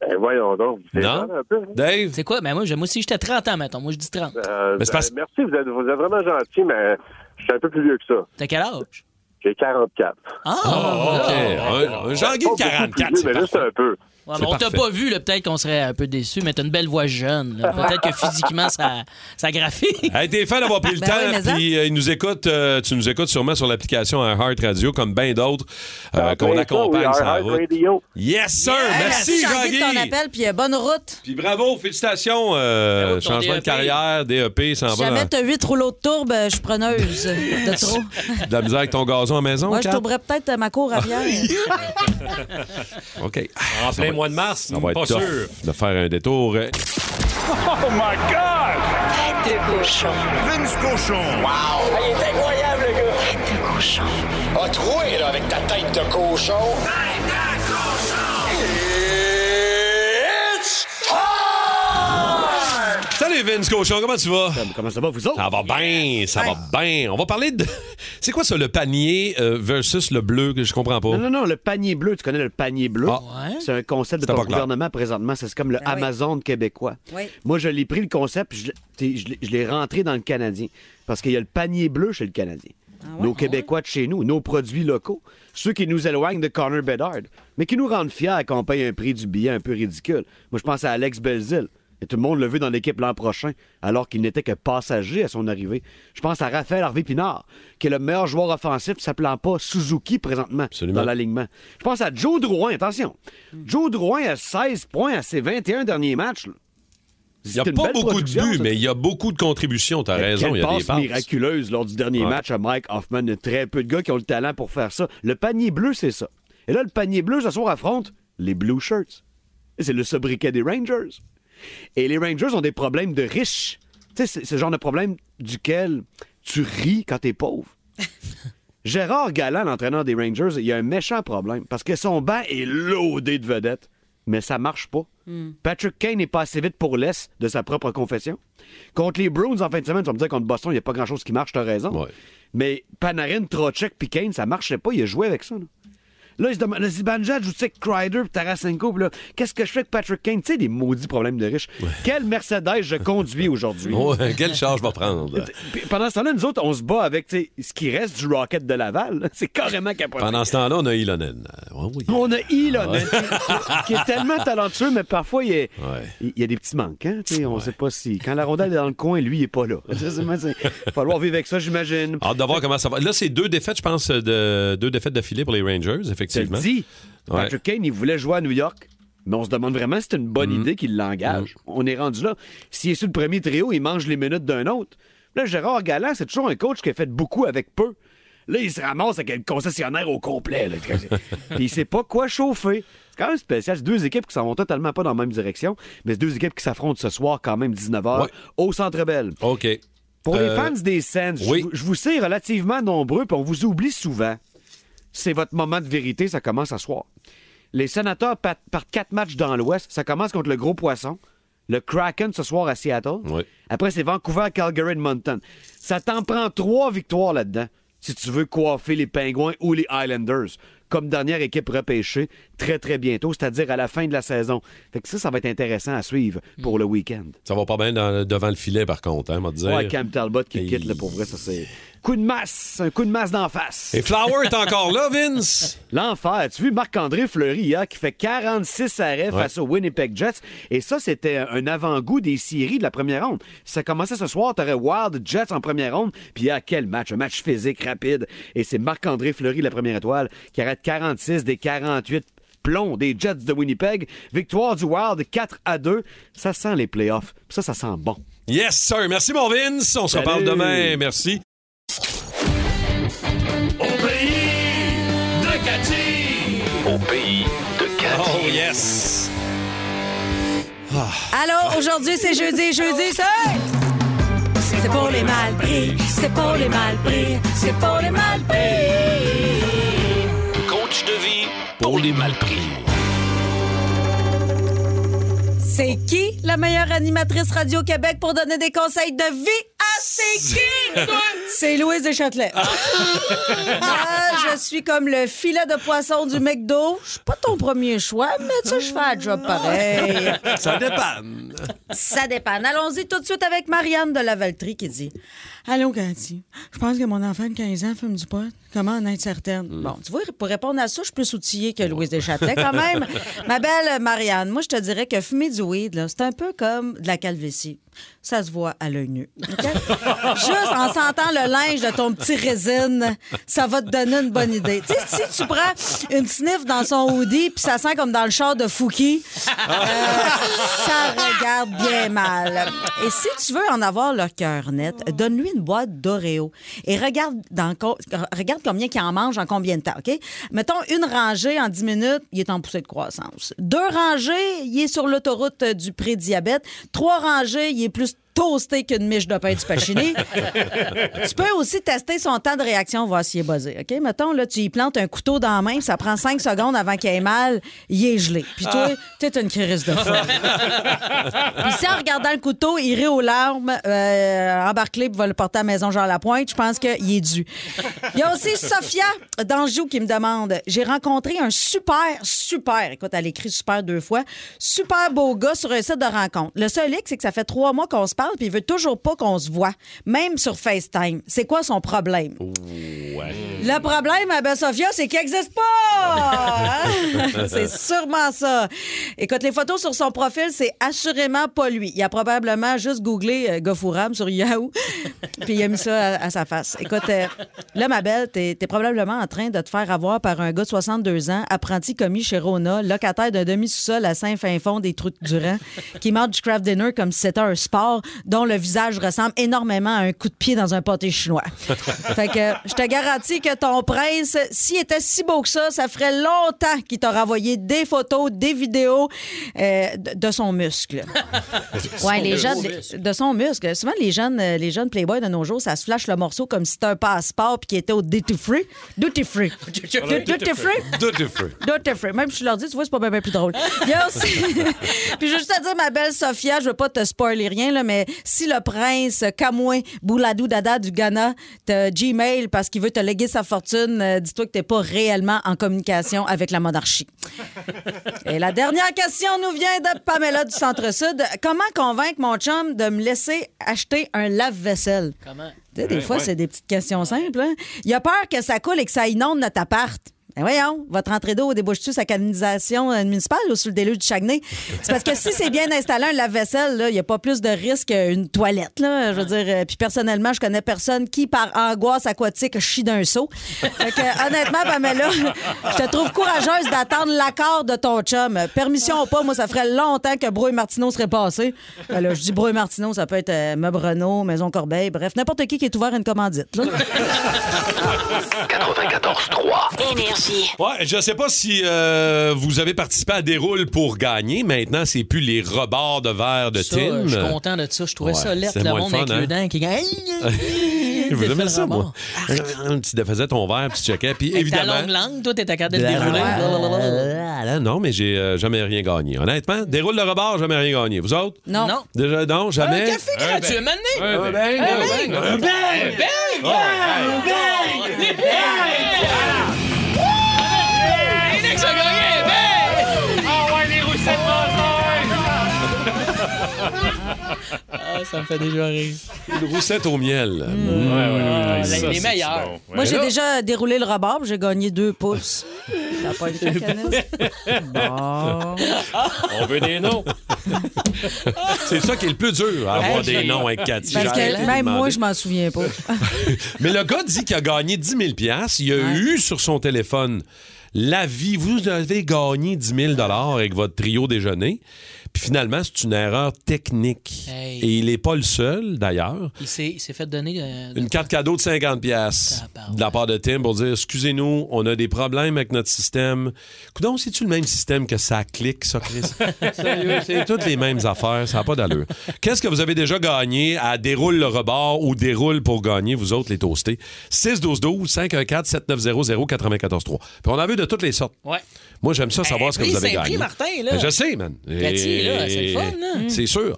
Speaker 12: Ben voyons donc. vous êtes
Speaker 3: Non?
Speaker 12: jeune un peu, hein?
Speaker 3: Dave?
Speaker 5: C'est quoi? Ben moi, j'ai- moi aussi, j'étais 30 ans, mettons. Moi, je dis 30.
Speaker 12: Euh,
Speaker 5: Mais c'est parce-
Speaker 12: euh, Merci, vous êtes, vous êtes vraiment gentil, mais je suis un peu plus vieux que ça.
Speaker 5: T'as quel âge?
Speaker 12: J'ai 44.
Speaker 5: Ah!
Speaker 3: OK. Un, un Jean-Guy de
Speaker 12: Pas beaucoup plus
Speaker 3: 44.
Speaker 12: vieux,
Speaker 3: c'est
Speaker 12: mais juste
Speaker 3: parfait.
Speaker 12: un peu.
Speaker 5: Ouais,
Speaker 3: C'est
Speaker 5: mais on t'a
Speaker 3: parfait.
Speaker 5: pas vu, là, peut-être qu'on serait un peu déçu, mais t'as une belle voix jeune. là. Peut-être que physiquement, ça, ça
Speaker 3: (laughs)
Speaker 5: graphie.
Speaker 3: Hey, t'es fan d'avoir
Speaker 2: (laughs)
Speaker 3: pris le
Speaker 5: Ben oui, mais
Speaker 3: temps,
Speaker 5: ça.
Speaker 2: hein.
Speaker 3: puis euh, il nous écoute, euh, tu nous écoutes sûrement sur l'application Heart Radio, comme bien d'autres euh, qu'on
Speaker 12: plein
Speaker 3: accompagne
Speaker 12: Ben, ça, oui,
Speaker 3: sur la route.
Speaker 12: iHeartRadio.
Speaker 3: Yes, sir!
Speaker 12: Oh.
Speaker 3: Merci,
Speaker 2: Jean-Guy. de ton
Speaker 3: Jean-Guy!
Speaker 2: appel, puis euh, bonne route.
Speaker 3: Puis bravo, félicitations, euh,
Speaker 2: Bravo, ton
Speaker 6: E
Speaker 3: changement de
Speaker 2: DEP.
Speaker 3: carrière, E DEP, s'en
Speaker 2: Si
Speaker 3: va
Speaker 2: jamais
Speaker 3: dans-
Speaker 2: t'as huit rouleaux de tourbe, euh, je suis preneuse
Speaker 12: (laughs)
Speaker 2: de trop.
Speaker 3: de la misère avec ton gazon à la maison,
Speaker 2: Moi, je
Speaker 3: Kat?
Speaker 2: tourberais peut-être euh, ma cour
Speaker 12: (laughs)
Speaker 2: à bière. (laughs)
Speaker 3: OK.
Speaker 6: En
Speaker 3: Ça
Speaker 6: plein
Speaker 3: va-
Speaker 6: mois de mars,
Speaker 3: ça va être
Speaker 6: pas
Speaker 3: tough
Speaker 6: sûr.
Speaker 3: de faire un détour.
Speaker 13: Oh my God! Tête de cochon. Vince cochon. Wow!
Speaker 2: Ah,
Speaker 13: il est incroyable, le gars! Tête de cochon. A troué, là, avec ta tête de cochon. Tête de cochon! It's time!
Speaker 3: Salut Vince Cochon, comment tu vas? Comment ça va, vous autres? Ça va bien, ça va bien. On va parler de... (laughs) C'est quoi ça, le panier euh, versus le bleu, que je comprends pas?
Speaker 14: Non, non, non, le panier bleu, tu connais le panier bleu. C'est un concept de
Speaker 3: C'était
Speaker 14: ton
Speaker 3: pas clair.
Speaker 14: gouvernement présentement. C'est comme le
Speaker 3: Ben oui.
Speaker 14: Amazon québécois.
Speaker 3: Oui.
Speaker 14: Moi, je l'ai pris le concept, puis je, l'ai- t'sais, je l'ai- je l'ai rentré dans le Canadien. Parce qu'il y a le panier bleu chez le Canadien. nos Québécois de chez nous, nos produits locaux, ceux qui nous éloignent de Connor Bedard, mais qui nous rendent fiers qu'on paye un prix du billet un peu ridicule. Moi, je pense à Alex Belzil. Et tout le monde le veut dans l'équipe l'an prochain, alors qu'il n'était que passager à son arrivée. Je pense à Raphaël Harvey Pinard, qui est le meilleur joueur offensif, s'appelant pas Suzuki présentement dans l'alignement. Je pense à Joe Drouin, attention. Joe Drouin a 16 points à ses 21 derniers matchs. là.
Speaker 3: Il n'y a
Speaker 14: C'est une
Speaker 3: pas
Speaker 14: belle
Speaker 3: beaucoup de
Speaker 14: production,
Speaker 3: buts,
Speaker 14: ça.
Speaker 3: mais il y a beaucoup de contributions, t'as raison. Il
Speaker 14: Quelle
Speaker 3: y a des
Speaker 14: passe
Speaker 3: passes.
Speaker 14: miraculeuse lors du dernier
Speaker 3: Ouais.
Speaker 14: match à Mike Hoffman. Il y a Très peu de gars qui ont le talent pour faire ça. Le panier bleu, c'est ça. Et là, le panier bleu, ce soir, affronte les Blue Shirts. Et C'est le sobriquet des Rangers. Et les Rangers ont des problèmes de riches. Tu sais, c'est c'est le genre de problème duquel tu ris quand
Speaker 3: (laughs)
Speaker 14: t'es pauvre. Gérard Galland, l'entraîneur des Rangers, il y a un méchant problème parce que son banc est loadé de vedettes, mais ça marche pas.
Speaker 13: Hmm.
Speaker 14: Patrick Kane n'est pas assez vite pour l'Est de sa propre confession. Contre les Bruins en fin de semaine, tu vas me dire contre Boston, il n'y a pas grand-chose qui marche, t'as raison. Mais Panarin, Trocheck puis Kane, ça marchait pas, il a joué avec ça. Là, là il se demande, Zibanja joue avec Crider puis Tarasenko, puis là, qu'est-ce que je fais avec Patrick Kane? Tu sais, des maudits problèmes de riches. Quel Mercedes je conduis
Speaker 3: (laughs)
Speaker 14: aujourd'hui?
Speaker 3: Ouais, quelle charge va
Speaker 14: (laughs)
Speaker 3: prendre?
Speaker 14: Puis pendant ce temps-là, nous autres, on se bat avec tu sais, ce qui reste du Rocket de Laval. C'est carrément capoté.
Speaker 3: Pendant ce temps-là, on a Ilonen. Ouais, oui.
Speaker 14: On a Elon, hein, qui, qui est tellement talentueux, mais parfois, il, est- il- il y a des petits manques. Hein, tu sais, on sait pas si... Quand la rondelle est dans le coin, lui, il est pas là. (laughs) Il va falloir vivre avec ça, j'imagine.
Speaker 3: Hâte de voir comment ça va. Là, c'est deux défaites, je pense, de, deux défaites d'affilée pour les Rangers, effectivement.
Speaker 14: Je le dis.
Speaker 3: Ouais.
Speaker 14: Patrick Kane, il voulait jouer à New York, mais on se demande vraiment si c'est une
Speaker 3: Mm-hmm.
Speaker 14: bonne idée qu'il l'engage. On est rendu là. S'il est sur le premier trio, il mange les minutes d'un autre. Là, Gérard Galland, c'est toujours un coach qui a fait beaucoup avec peu. Là, il se ramasse avec le concessionnaire au complet. là.
Speaker 3: (laughs)
Speaker 14: Puis il sait pas quoi chauffer. C'est quand même spécial. C'est deux équipes qui s'en vont totalement pas dans la même direction, mais c'est deux équipes qui s'affrontent ce soir quand même 19h au Centre Bell.
Speaker 3: OK.
Speaker 14: Pour les
Speaker 3: Euh,
Speaker 14: fans des Sens, je-
Speaker 3: oui.
Speaker 14: je, vous sais relativement nombreux, puis on vous oublie souvent. C'est votre moment de vérité, ça commence à soir. Les sénateurs pat- partent quatre matchs dans l'Ouest. Ça commence contre le Gros Poisson, le Kraken ce soir à Seattle. Après, c'est Vancouver, Calgary, Edmonton. Ça t'en prend trois victoires là-dedans si tu veux coiffer les Pingouins ou les Islanders comme dernière équipe repêchée très, très bientôt, c'est-à-dire à la fin de la saison. Fait que ça, ça va être intéressant à suivre pour le week-end.
Speaker 3: Ça va pas bien dans- devant le filet, par contre, hein, on va te dire.
Speaker 14: Ouais, Cam Talbot qui quitte, là, pour vrai, ça c'est. Coup de masse, un coup de masse d'en face.
Speaker 3: Et Flower est encore là, Vince?
Speaker 14: (laughs) L'enfer. Tu as vu Marc-André Fleury hier qui fait 46 arrêts face aux Winnipeg Jets. Et ça, c'était un avant-goût des séries de la première ronde. Si ça commençait ce soir, t'aurais Wild Jets en première ronde. Puis à quel match? Un match physique, rapide. Et c'est Marc-André Fleury, la première étoile, qui arrête 46 des 48 plombs des Jets de Winnipeg. Victoire du Wild 4 à 2. Ça sent les playoffs. Puis Ça, ça sent bon.
Speaker 3: Yes, sir. Merci, mon Vince. On se
Speaker 14: Salut.
Speaker 3: reparle demain. Merci.
Speaker 13: Au pays de Cathy! Au pays de Cathy! Oh yes!
Speaker 2: Allô, aujourd'hui, c'est jeudi, jeudi, c'est... C'est pour les mal pris, c'est pour les mal pris, c'est pour les mal pris.
Speaker 10: Coach de vie pour les mal pris.
Speaker 2: (laughs) C'est qui la meilleure animatrice Radio-Québec pour donner des conseils de vie à c'est qui?
Speaker 12: (laughs)
Speaker 2: toi? C'est Louise Deschâtelet.
Speaker 12: Ah,
Speaker 2: Moi, je suis comme le filet de poisson du McDo. Je suis pas ton premier choix, mais tu sais, je fais un job pareil.
Speaker 13: Ah. Ça dépanne!
Speaker 2: Ça dépanne. Allons-y tout de suite avec Marianne de Lavaltrie qui dit Allô, Cathy, je pense que mon enfant de 15 ans fume du pot. Comment en être certaine? Mm. Bon, tu vois, pour répondre à ça, je suis plus outillée que Louise Deschâtelet quand (laughs) même. Ma belle Marianne, moi, je te dirais que fumer du weed, là, c'est un peu comme de la calvitie. Ça se voit à l'œil nu. (laughs) OK? Juste en sentant le linge de ton petit résine, ça va te donner une bonne idée. Tu sais, si tu prends une sniff dans son hoodie puis ça sent comme dans le char de Fouki, Ah. ça regarde bien mal. Et si tu veux en avoir leur cœur net, donne-lui une boîte d'Oreo et regarde, dans, co- regarde combien qu'il en mange en combien de temps, OK? Mettons une rangée en 10 minutes, il est en poussée de croissance. Deux rangées, il est sur l'autoroute euh, du pré-diabète. Trois rangées, il est plus toasté qu'une miche de pain du pachini. tu peux aussi tester son temps de réaction, voir s'il est buzzé. OK? Mettons, là, tu y plantes un couteau dans la main, puis ça prend cinq secondes avant qu'il ait mal, il est gelé. Puis toi, t'es une crise de forme. puis si en regardant le couteau, il rit aux larmes, euh, embarqué, puis va le porter à la maison Jean Lapointe, je pense qu'il est dû. Il y a aussi Sophia d'Anjou qui me demande J'ai rencontré un super, super, écoute, elle écrit super deux fois, super beau gars sur un site de rencontre. Le seul hic, c'est que ça fait trois mois qu'on se parle, puis il veut toujours pas qu'on se voit, même sur FaceTime. C'est quoi son problème? Le problème, eh ben, Sophia, c'est qu'il n'existe pas!
Speaker 13: Ah.
Speaker 2: (laughs) Hein? c'est sûrement ça. Écoute, les photos sur son profil, c'est assurément pas lui. Il a probablement juste googlé euh, Gofouram sur Yahoo, (laughs) puis il a mis ça à, à sa face. Écoute, euh, là, ma belle, t'es es probablement en train de te faire avoir par un gars de 62 ans, apprenti commis chez Rona, locataire d'un demi-sous-sol à Saint-Fin-Fond des Trous de Durand, qui mange du craft dinner comme si c'était un sport dont le visage ressemble énormément à un coup de pied dans un pâté chinois. Fait que euh, je te garantis que ton prince, s'il était si beau que ça, ça ferait longtemps qu'il t'aurait envoyé des photos, des vidéos euh, de, de son muscle. Ouais, les jeunes, les- de son muscle. Souvent, les jeunes, euh, les jeunes Playboy de nos jours, ça se flash le morceau comme si c'était un passeport puis qu'il était au duty free. Duty free. (laughs) Duty free. Duty free.
Speaker 3: Duty free.
Speaker 2: Duty free. Même si je leur dis, tu vois, c'est pas bien plus drôle. Il y a aussi. Puis je veux juste te dire, ma belle Sophia, je veux pas te spoiler rien, là, mais si le prince Kamouin Bouladou Dada du Ghana te Gmail parce qu'il veut te léguer sa fortune, euh, dis-toi que t'es pas réellement en communication avec la monarchie. Et la dernière question nous vient de Pamela du Centre-Sud. Comment convaincre mon chum de me laisser acheter un lave-vaisselle?
Speaker 5: Comment?
Speaker 2: Tu sais, des
Speaker 3: Ben
Speaker 5: Ouais,
Speaker 2: fois,
Speaker 5: ouais.
Speaker 2: c'est des petites questions simples. hein. Il a peur que ça coule et que ça inonde notre appart. Ben voyons, votre entrée d'eau débouche-tu sa canalisation euh, municipale ou sur le déluge du Chaguenay? C'est parce que si c'est bien installé un lave-vaisselle, là, il n'y a pas plus de risque qu'une toilette. Là, je veux dire, euh, puis personnellement, je connais personne qui, par angoisse aquatique, chie d'un seau. Fait que, honnêtement, Pamela, (laughs) je te trouve courageuse d'attendre l'accord de ton chum. Permission ou pas, moi, ça ferait longtemps que Bro et Martineau seraient passés. Ben là, je dis Bro et Martineau, ça peut être euh, Meuble Renault, Maison Corbeil, bref, n'importe qui qui est ouvert à une commandite. là.
Speaker 5: Ben,
Speaker 13: 94-3. Énergie.
Speaker 3: Ouais, je sais pas si euh, vous avez participé à des roules pour gagner. Maintenant, c'est plus les rebords de verre de
Speaker 5: Ça,
Speaker 3: Tim.
Speaker 5: Je suis content de ça. Je trouvais
Speaker 3: euh, Ouais,
Speaker 5: ça lettre,
Speaker 3: c'est
Speaker 5: le
Speaker 3: moins
Speaker 5: monde
Speaker 3: le fun,
Speaker 5: avec
Speaker 3: hein?
Speaker 5: le dent qui gagne. (laughs)
Speaker 3: Vous
Speaker 5: Défait
Speaker 3: aimez
Speaker 5: le
Speaker 3: ça, moi?
Speaker 5: rebord.
Speaker 3: Un petit défaisais ton verre, puis tu checkais. Puis
Speaker 5: Avec ta
Speaker 3: évidemment.
Speaker 5: longue langue, toi, t'es à capable de
Speaker 2: Ben,
Speaker 5: le dérouler. Blablabla.
Speaker 3: Blablabla. Non, mais j'ai euh, jamais rien gagné. Honnêtement, déroule le rebord, jamais rien gagné. Vous autres?
Speaker 5: Non. Non.
Speaker 3: Déjà, non, jamais. ben.
Speaker 5: Un café gratuit, maintenant.
Speaker 3: Un bang,
Speaker 13: ben.
Speaker 3: un bang, un bang.
Speaker 13: Bang! Oh, Bang! Bang! Inex a gagné! Bang! Ah ouais, les roussettes
Speaker 5: Ah, ça me fait déjà rire.
Speaker 3: Une roussette au miel. Hmm.
Speaker 5: Ah, les- les meilleurs.
Speaker 2: Moi, j'ai
Speaker 6: (laughs)
Speaker 2: déjà déroulé le rebord, puis j'ai gagné deux pouces. Ça a pas été un canis.
Speaker 3: (laughs) Bon.
Speaker 6: On veut des noms.
Speaker 3: C'est ça qui est le plus
Speaker 5: Ben,
Speaker 3: dur, à avoir
Speaker 6: Hey,
Speaker 3: des
Speaker 6: j'ai-
Speaker 3: noms avec Cathy.
Speaker 2: Parce
Speaker 3: J'arrête
Speaker 2: que
Speaker 3: de
Speaker 2: même
Speaker 3: demander.
Speaker 2: moi, je m'en souviens pas.
Speaker 3: (laughs) Mais le gars dit qu'il a gagné 10 000 Il a eu sur son téléphone l'avis vous avez gagné 10 000 avec votre trio déjeuner. Puis finalement, c'est une erreur technique.
Speaker 5: Hey.
Speaker 3: Et il n'est pas le seul, d'ailleurs.
Speaker 5: Il s'est il s'est fait donner. euh,
Speaker 3: Une carte cadeau de 50 pièces de la part de Tim pour dire excusez-nous, on a des problèmes avec notre système. Coudon, c'est tu le même système que ça clique ça
Speaker 5: (laughs)
Speaker 3: Chris Sérieux, c'est toutes les mêmes affaires, ça n'a pas d'allure. Qu'est-ce que vous avez déjà gagné à déroule le rebord ou déroule pour gagner vous autres les toastés 6 12 12 514 7900 94 3. Puis on a vu de toutes les sortes.
Speaker 5: Ouais.
Speaker 3: Moi, j'aime ça savoir ce que
Speaker 5: prix,
Speaker 3: vous avez
Speaker 5: c'est un
Speaker 3: gagné.
Speaker 5: prix, Martin, là.
Speaker 3: Ben, je sais, man.
Speaker 5: Cathy, là, c'est le fun, là.
Speaker 3: Et- C'est sûr.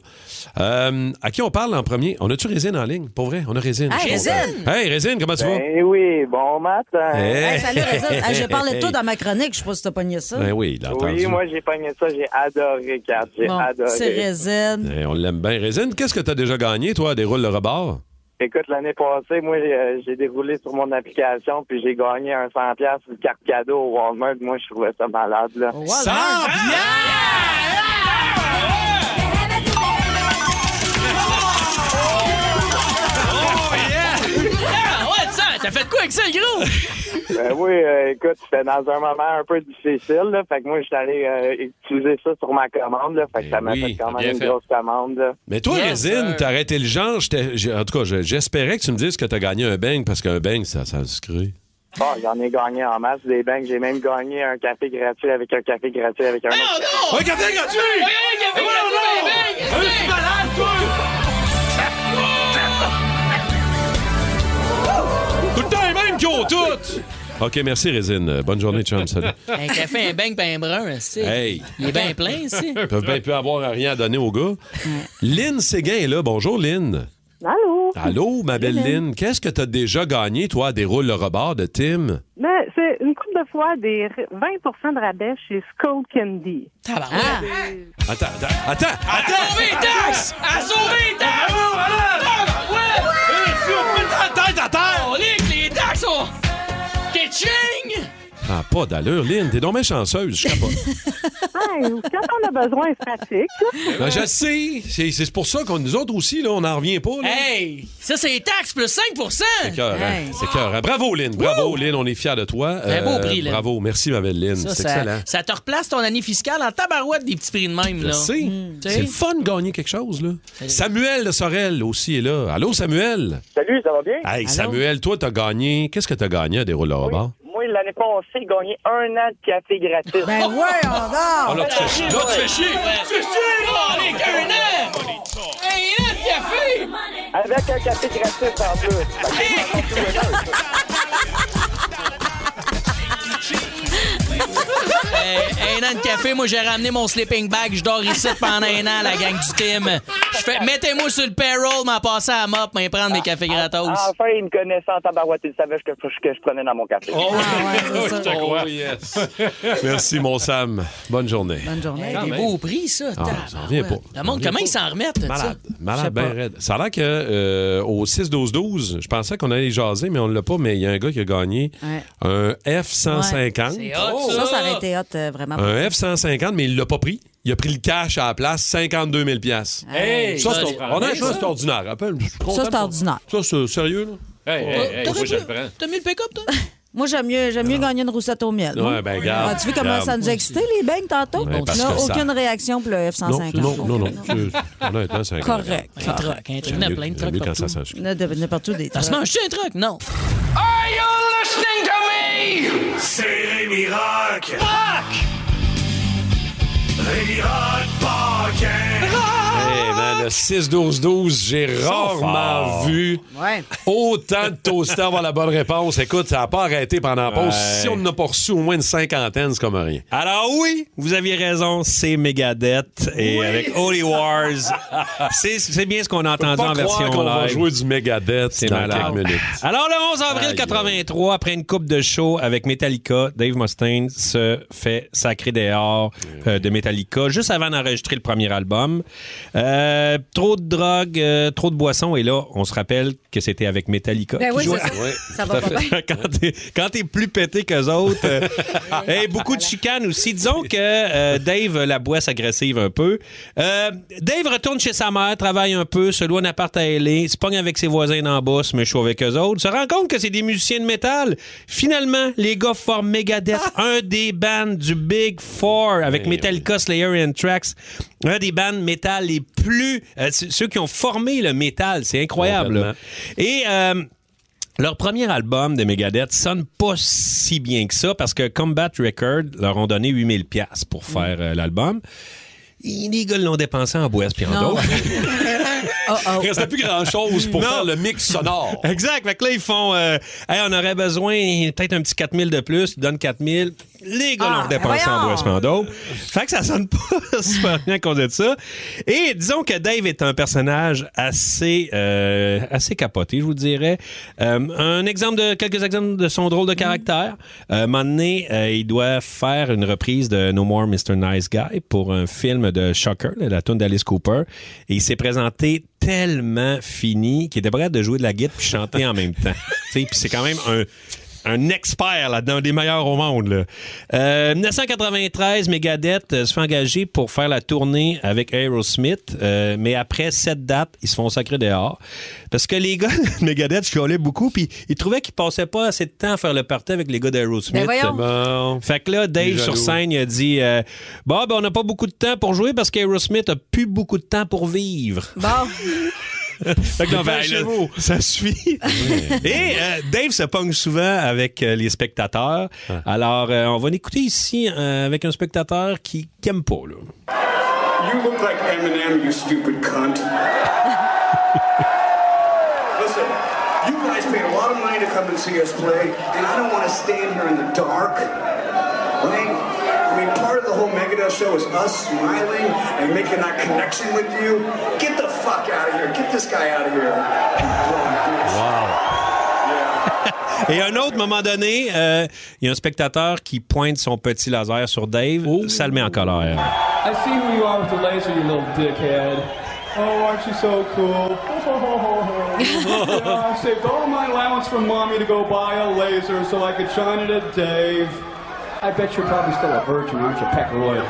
Speaker 3: Euh, à qui on parle en premier? On a-tu Résine en ligne? Pour vrai, on a Résine.
Speaker 2: Hey,
Speaker 3: Je suis content.
Speaker 2: Résine!
Speaker 3: Hey, Résine, comment tu vas? Eh.
Speaker 15: Eh oui, bon matin.
Speaker 3: Hey.
Speaker 2: Hey, salut, Reza. Hey, je parlais de toi dans ma chronique. Je sais pas si t'as pogné ça.
Speaker 3: Ben oui, il l'a entendu.
Speaker 15: Oui, moi j'ai pogné ça, j'ai adoré, Kat, j'ai
Speaker 2: Bon,
Speaker 15: adoré.
Speaker 2: c'est Raisin.
Speaker 3: Eh, on l'aime bien. Résine, qu'est-ce que tu as déjà gagné, toi, à des roules le rebord?
Speaker 15: Écoute, l'année passée, moi euh, j'ai déroulé sur mon application puis j'ai gagné un 100 pièces une carte cadeau au Walmart. Moi je trouvais ça malade là.
Speaker 5: Ah, ouais, ça, t'as fait quoi avec ça, gros?
Speaker 15: Ben oui, euh, écoute, c'était dans un moment un peu difficile là, fait que moi j'étais allé euh, utiliser ça sur ma commande là, fait que ça m'a
Speaker 3: Eh oui,
Speaker 15: fait quand
Speaker 3: bien
Speaker 15: même une
Speaker 3: fait.
Speaker 15: grosse commande là.
Speaker 3: Mais toi, Résine, t'as arrêté le genre. j'étais- j'ai- En tout cas, je- j'espérais que tu me dises que tu as gagné un bang parce qu'un bang, ça, ça se crée.
Speaker 15: Bon, Ah, j'en ai gagné en masse des banques, j'ai même gagné un café gratuit avec un café gratuit avec un
Speaker 3: Ah,
Speaker 15: autre.
Speaker 13: Un café gratuit!
Speaker 15: Voyons, un café gratuit,
Speaker 13: Voyons donc! Un petit malade, toi!
Speaker 3: Banco toutes! OK, merci, Résine. Euh, Bonne journée, chum.
Speaker 2: (laughs)
Speaker 3: Salut.
Speaker 5: Un café, un bang, ben un brun, c'est.
Speaker 3: Hey.
Speaker 5: Il est bien plein, ici.
Speaker 3: Ils peuvent bien plus avoir à rien à donner au gars. Lynn Séguin est là. Bonjour, Lynn.
Speaker 16: Allô?
Speaker 3: Allô, ma belle Lynn. Qu'est-ce que tu as déjà gagné, toi, à Déroule le rebord de Tim?
Speaker 16: Mais c'est une coupe de fois des r- 20 de rabais chez Skull Candy.
Speaker 5: Ah.
Speaker 3: Attends, attends, attends, attends!
Speaker 13: sauver les taxes! À sauver les taxes! Taxe, ouais! Et si on met la tête à terre!
Speaker 5: On lit que les taxes sont... Ketching!
Speaker 3: Ah, pas d'allure, Lynn. T'es donc bien chanceuse, je
Speaker 5: (laughs)
Speaker 3: capote.
Speaker 16: Hey, quand on a besoin, c'est pratique.
Speaker 3: Ben, je sais. C'est c'est pour ça qu'on nous autres aussi, là, on n'en revient pas. Là.
Speaker 5: Hey! Ça, c'est les taxes plus 5
Speaker 3: C'est cœur, hein? C'est cœur. hein? Bravo, Lynn. Bravo, Lynn. On est fiers de toi. Euh,
Speaker 5: Un beau prix, Lynn.
Speaker 3: Bravo. Merci, ma belle Lynn.
Speaker 5: Ça,
Speaker 3: C'est
Speaker 5: ça-
Speaker 3: excellent.
Speaker 5: ça te replace ton année fiscale en tabarouette des petits prix de même.
Speaker 3: Je
Speaker 5: là.
Speaker 3: sais.
Speaker 5: Mm. Tu
Speaker 3: C'est le fun de gagner quelque chose, là. Samuel de Sorel aussi est là. Allô, Samuel?
Speaker 17: Salut, ça va bien?
Speaker 3: Hey, Samuel, toi, t'as gagné. Qu'est-ce que t'as gagné à Déroule le rebord?
Speaker 17: Moi, l'année passée, j'ai gagné un an de café gratuit.
Speaker 5: Oh!
Speaker 2: Ben ouais, on dort!
Speaker 3: Ah, là, tu fais chier. Là, tu fais chier.
Speaker 17: Tu fais chier!
Speaker 5: Oh, les qu'un an! Un an de café!
Speaker 17: Avec un café gratuit en
Speaker 5: Hey, un an de café, moi j'ai ramené mon sleeping bag, je dors ici pendant un an, la gang du team. Je fais, mettez-moi sur le payroll, m'en passer à la mop, m'en prendre mes cafés gratos.
Speaker 17: Ah, Enfin, il me connaissait en tabarouette. Il savait ce que, ce que je prenais dans mon café.
Speaker 3: Oh, yes. Merci, mon Sam. Bonne journée.
Speaker 5: Bonne journée.
Speaker 3: Quand
Speaker 5: des
Speaker 3: même.
Speaker 5: beaux prix, ça.
Speaker 3: Ah,
Speaker 5: tabarouette.
Speaker 3: j'en reviens pas.
Speaker 5: Le monde,
Speaker 3: J'en reviens
Speaker 5: comment
Speaker 3: pas.
Speaker 5: ils s'en remettent? de ça?
Speaker 3: Malade,
Speaker 5: Je sais
Speaker 3: malade,
Speaker 5: pas.
Speaker 3: ben raide. Ça a l'air que euh, au 6-12-12, je pensais qu'on allait jaser, mais on l'a pas, mais il y a un gars qui a gagné
Speaker 2: Ouais.
Speaker 3: un F-150.
Speaker 2: C'est hot, ça. Ça, ça aurait été hot, euh, vraiment.
Speaker 3: Un F-150, mais il l'a pas pris. Il a pris le cash à la place, 52 000 piastres.
Speaker 2: Hey,
Speaker 3: ça,
Speaker 2: ça,
Speaker 3: c'est
Speaker 2: c'est
Speaker 3: on a un
Speaker 2: bien,
Speaker 3: choix,
Speaker 2: ça.
Speaker 3: c'est ordinaire. Rappelle, je suis content
Speaker 2: Ça,
Speaker 3: de
Speaker 2: c'est ordinaire. Oh,
Speaker 3: Ça, c'est sérieux, là?
Speaker 2: T'aurais pu-
Speaker 5: T'as mis le pick-up, toi?
Speaker 2: Moi, j'aime mieux, j'aime mieux gagner une roussette au miel.
Speaker 3: Ouais, ben, garde,
Speaker 2: Ah, tu vois comment
Speaker 3: garde.
Speaker 2: ça nous a excité, les beignes, tantôt?
Speaker 3: Ouais,
Speaker 2: on
Speaker 3: parce
Speaker 2: n'a
Speaker 3: que ça-
Speaker 2: aucune réaction pour le F-150.
Speaker 3: Non, non, non, non. c'est- Honnêtement, c'est
Speaker 2: Correct.
Speaker 5: Un truck, un truck. Il y en a plein de
Speaker 3: J'aime mieux
Speaker 5: trucks
Speaker 3: quand ça
Speaker 5: partout.
Speaker 3: sent-
Speaker 2: Il y en a de- N'importe où des
Speaker 5: Ça se
Speaker 2: trucs.
Speaker 5: mange-tu un truc? Non.
Speaker 3: Euh,
Speaker 13: Are you listening to me? C'est Rémi Rock. Rock! Rémi Rock Parkin.
Speaker 3: Hey, man, Eh ben, le 6-12-12, j'ai
Speaker 13: Ils sont
Speaker 3: rarement
Speaker 13: forts.
Speaker 3: vu autant de toasters avoir la bonne réponse. Écoute, ça n'a pas arrêté pendant la pause.
Speaker 18: Ouais.
Speaker 3: Si on n'a pas reçu au moins une cinquantaine, c'est comme rien.
Speaker 18: Alors oui, vous aviez raison, c'est Megadeth et avec
Speaker 3: (laughs)
Speaker 18: Holy Wars. C'est c'est bien ce qu'on a entendu
Speaker 3: pas
Speaker 18: en
Speaker 3: croire
Speaker 18: version
Speaker 3: qu'on va
Speaker 18: live.
Speaker 3: jouer du Megadeth
Speaker 18: C'est
Speaker 3: dans
Speaker 18: malade.
Speaker 3: quelques minutes.
Speaker 18: Alors, le 11 avril 83, après une coupe de show avec Metallica, Dave Mustaine se fait sacrer dehors euh, de Metallica juste avant d'enregistrer le premier album. Euh, trop de drogue, euh, trop de boissons. Et là, on se rappelle que c'était avec Metallica.
Speaker 13: Ben
Speaker 18: qui
Speaker 13: oui,
Speaker 18: jouait.
Speaker 13: c'est ça. Ouais.
Speaker 18: (laughs)
Speaker 13: Ça va
Speaker 18: Tout à
Speaker 13: pas
Speaker 18: fait. Quand t'es- Quand t'es plus pété qu'eux autres. euh, et beaucoup de chicanes aussi. Disons que euh, Dave la boisse agressive un peu. Euh, Dave retourne chez sa mère, travaille un peu, se loue un appart à L.A., se pogne avec ses voisins d'en bas, se méchoue avec eux autres, se rend compte que c'est des musiciens de métal. Finalement, les gars forment Megadeth, un des bands du Big Four avec Metallica, Slayer et Anthrax. Un des bands métal les plus... euh, c- ceux qui ont formé le métal, c'est incroyable. là. Et... euh, leur premier album de Megadeth sonne pas si bien que ça parce que Combat Records leur ont donné 8000 pièces pour faire euh, l'album. Et Les gars l'ont dépensé en boisse puis en
Speaker 3: Non.
Speaker 18: d'autres.
Speaker 3: (laughs)
Speaker 13: Oh,
Speaker 3: Il restait plus grand-chose pour faire le mix
Speaker 18: Ah,
Speaker 3: sonore.
Speaker 18: Exact. Fait que là, ils font euh, Hey, on aurait besoin peut-être un petit 4000 de plus. Ils donnent 4000. Les gars
Speaker 13: Ah,
Speaker 18: l'ont dépensé en
Speaker 13: voyons.
Speaker 18: boisse Mando. Fait que ça sonne pas (laughs) super bien à cause de ça. Et disons que Dave est un personnage assez, euh, assez capoté, je vous dirais. Euh, un exemple de, quelques exemples de son drôle de caractère. Euh, un moment donné, euh, il doit faire une reprise de No More Mr. Nice Guy pour un film de Shocker, la- la tune d'Alice Cooper. Et il s'est présenté tellement fini qu'il était prêt de jouer de la guitare puis chanter en même temps. (laughs) Tu sais, Puis c'est quand même un un expert là-dedans, un des meilleurs au monde. là. Euh, 1993, Megadeth euh, se fait engager pour faire la tournée avec Aerosmith, euh, mais après cette date, ils se font sacrer dehors. Parce que les gars de (laughs) Megadeth chialaient beaucoup, puis ils trouvaient qu'ils passaient pas assez de temps à faire le party avec les gars d'Aerosmith.
Speaker 13: Ben voyons.
Speaker 18: Bon. Fait que là,
Speaker 13: Il est
Speaker 18: Dave
Speaker 13: jaloux.
Speaker 18: sur scène, il a dit euh, Bon, ben, on n'a pas beaucoup de temps pour jouer parce qu'Aerosmith a plus beaucoup de temps pour vivre. »
Speaker 2: Bon.
Speaker 18: (laughs) Fait que là, on fait,
Speaker 13: Ben,
Speaker 18: hey,
Speaker 13: chez
Speaker 18: là,
Speaker 13: vous.
Speaker 18: ça
Speaker 13: (laughs)
Speaker 18: suffit. Et euh, Dave se pogne souvent avec euh, les spectateurs.
Speaker 13: Ah.
Speaker 18: Alors, euh, on va l'écouter ici euh, avec un spectateur qui n'aime pas. là.
Speaker 19: You look like Eminem, you stupid cunt. Listen,
Speaker 20: You guys paid a lot of money to come and see us play, and I don't want to stand here in the dark. Right? I mean, part of the whole Megadeth show is us smiling and making that connection with you. Get the fuck out of here. Get this guy out of here.
Speaker 18: (laughs) Et un autre moment donné, euh, il y a un spectateur qui pointe son petit laser sur Dave.
Speaker 13: Oh.
Speaker 18: Ça le met en colère.
Speaker 19: I see who you are with the laser, you little dickhead. Oh, aren't you so cool? Yeah, I saved all my allowance from mommy to go buy a laser so I could shine it at Dave. I bet you're probably still a virgin, aren't you, Peck Royal?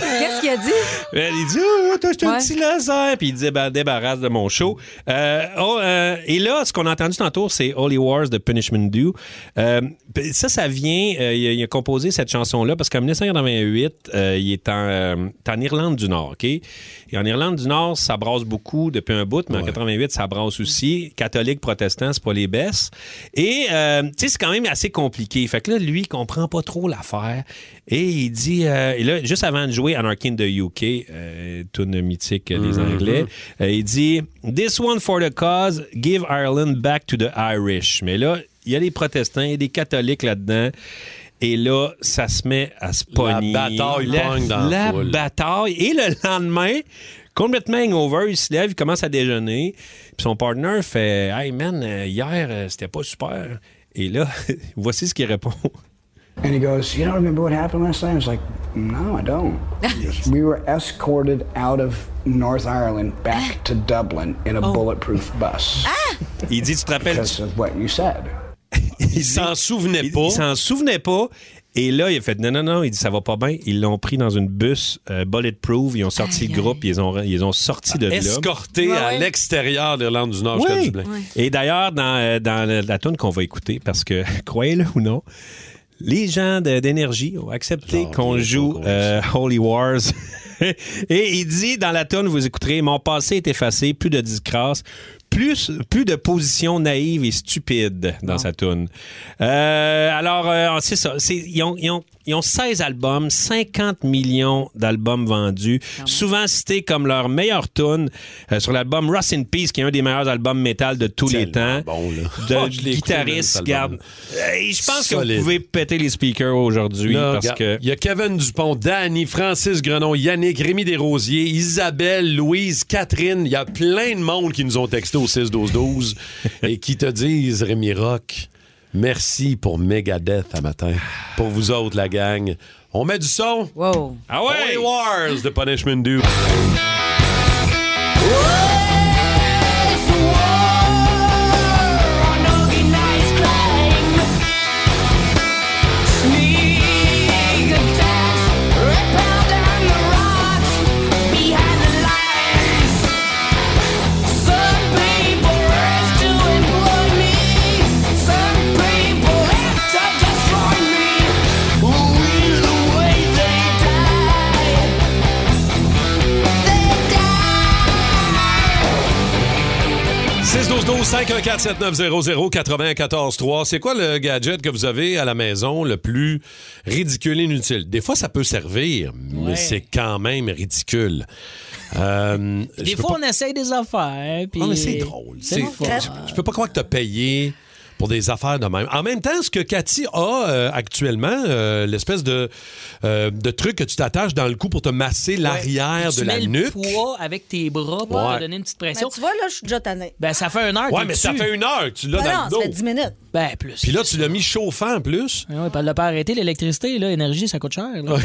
Speaker 4: Qu'est-ce qu'il a dit?
Speaker 18: Elle, il dit, oh, toi, j'étais un
Speaker 4: Ouais.
Speaker 18: petit laser. Puis il dit, ben, débarrasse de mon show. Euh, oh, euh, et là, ce qu'on a entendu tantôt, c'est Holy Wars de Punishment Due. Euh, puis ça, ça vient, euh, il, a, il a composé cette chanson-là parce qu'en 1988, euh, il est en, euh, t'es en Irlande du Nord, OK? Et en Irlande du Nord, ça brasse beaucoup depuis un bout, mais en 88, ça brasse aussi. Catholique, protestant, c'est pas les baisses. Et, euh, tu sais, c'est quand même assez compliqué. Fait que là, lui, il comprend pas trop l'affaire. Et il dit, euh, et là, juste avant de jouer Anarchy in the UK, euh, tune mythique euh, des
Speaker 3: Mhm.
Speaker 18: Anglais, euh, il dit This one for the cause, give Ireland back to the Irish. Mais là, il y a des protestants, il y a des catholiques là-dedans. Et là, ça se met à se pogner.
Speaker 3: bataille pogne dans la
Speaker 18: la
Speaker 3: foule.
Speaker 18: bataille. Et le lendemain, complètement hangover, il se lève, il commence à déjeuner. Puis son partner fait Hey man, euh, hier, euh, c'était pas super. Et là, (laughs) voici ce qu'il répond.
Speaker 21: And he goes, You don't remember what happened last night? I was like, No,
Speaker 8: (laughs)
Speaker 21: I don't. we were escorted out of North Ireland back to Dublin in
Speaker 8: Oh.
Speaker 21: a bulletproof bus.
Speaker 8: Ah.
Speaker 18: Il dit, tu te rappelles?
Speaker 21: Because of what you said.
Speaker 18: Il s'en souvenait pas. Il s'en souvenait pas. Et là, il a fait non, non, non. Il dit, ça va pas bien. Ils l'ont pris dans une bus euh, bulletproof. Ils ont sorti le groupe. Ils les ont, ils les ont sorti de là.
Speaker 3: Escorté à l'extérieur d'Irlande du Nord
Speaker 18: Oui.
Speaker 3: jusqu'à Dublin.
Speaker 18: Et d'ailleurs, dans, euh, dans la, la tune qu'on va écouter, parce que (laughs) croyez-le ou non, les gens de- d'énergie ont accepté qu'on joue euh, Holy Wars. (laughs) Et il dit dans la tune, vous écouterez, mon passé est effacé, plus de disgrâce, plus, plus de positions naïves et stupides dans sa tune. Euh, alors, euh, c'est ça. C'est- ils, ont, ils ont- ils ont 16 albums, 50 millions d'albums vendus,
Speaker 5: Ah
Speaker 18: souvent cités comme leur meilleure tune euh, sur l'album Rust in Peace, qui est un des meilleurs albums métal de tous les temps. De
Speaker 3: Oh, (laughs) je l'ai écouté, même,
Speaker 18: guitariste,
Speaker 3: cet
Speaker 18: garde.
Speaker 3: album-là.
Speaker 18: Euh, je pense que
Speaker 3: Solide.
Speaker 18: vous pouvez péter les speakers aujourd'hui
Speaker 3: Là,
Speaker 18: parce
Speaker 3: regarde,
Speaker 18: que.
Speaker 3: Il y a Kevin Dupont, Danny, Francis Grenon, Yannick, Rémi Desrosiers, Isabelle, Louise, Catherine. Il y a plein de monde qui nous ont texté au
Speaker 18: (laughs)
Speaker 3: 6-12-12 et qui te disent, Rémi Rock, merci pour Megadeth à matin. Pour vous autres, la gang. On met du son.
Speaker 4: Wow.
Speaker 18: Ah
Speaker 3: ouais? Holy Wars de Punishment Due. C'est quoi le gadget que vous avez à la maison le plus ridicule, inutile? Des fois, ça peut servir, mais
Speaker 5: Ouais.
Speaker 3: c'est quand même ridicule. Euh, je
Speaker 5: Des
Speaker 3: peux
Speaker 5: fois,
Speaker 3: pas-
Speaker 5: on essaye des affaires. Puis...
Speaker 3: Ah, mais c'est drôle.
Speaker 5: C'est
Speaker 3: C'est-
Speaker 5: le fun.
Speaker 3: Je, je peux pas croire que t'as payé pour des affaires de même. En même temps, ce que Cathy a euh, actuellement, euh, l'espèce de, euh, de truc que tu t'attaches dans le cou pour te masser l'arrière
Speaker 5: Tu
Speaker 3: de la
Speaker 5: mets
Speaker 3: nuque.
Speaker 5: le poids avec tes bras pour
Speaker 3: Ouais.
Speaker 5: te donner une petite
Speaker 2: Mais
Speaker 5: pression.
Speaker 2: tu vois, là, je suis déjà tannée.
Speaker 5: Ben, ça fait une heure.
Speaker 3: Ouais,
Speaker 5: t'es
Speaker 3: mais ça
Speaker 5: dessus.
Speaker 3: fait une heure que tu l'as
Speaker 2: Ben
Speaker 3: dans
Speaker 2: non, ça
Speaker 3: le
Speaker 2: fait
Speaker 3: dos.
Speaker 2: 10 minutes.
Speaker 5: Ben, plus. Ben
Speaker 3: Puis là, tu l'as mis
Speaker 5: (laughs)
Speaker 3: chauffant en plus.
Speaker 5: Ouais, ouais, puis elle l'a pas arrêté, l'électricité, là, énergie, ça coûte cher. là.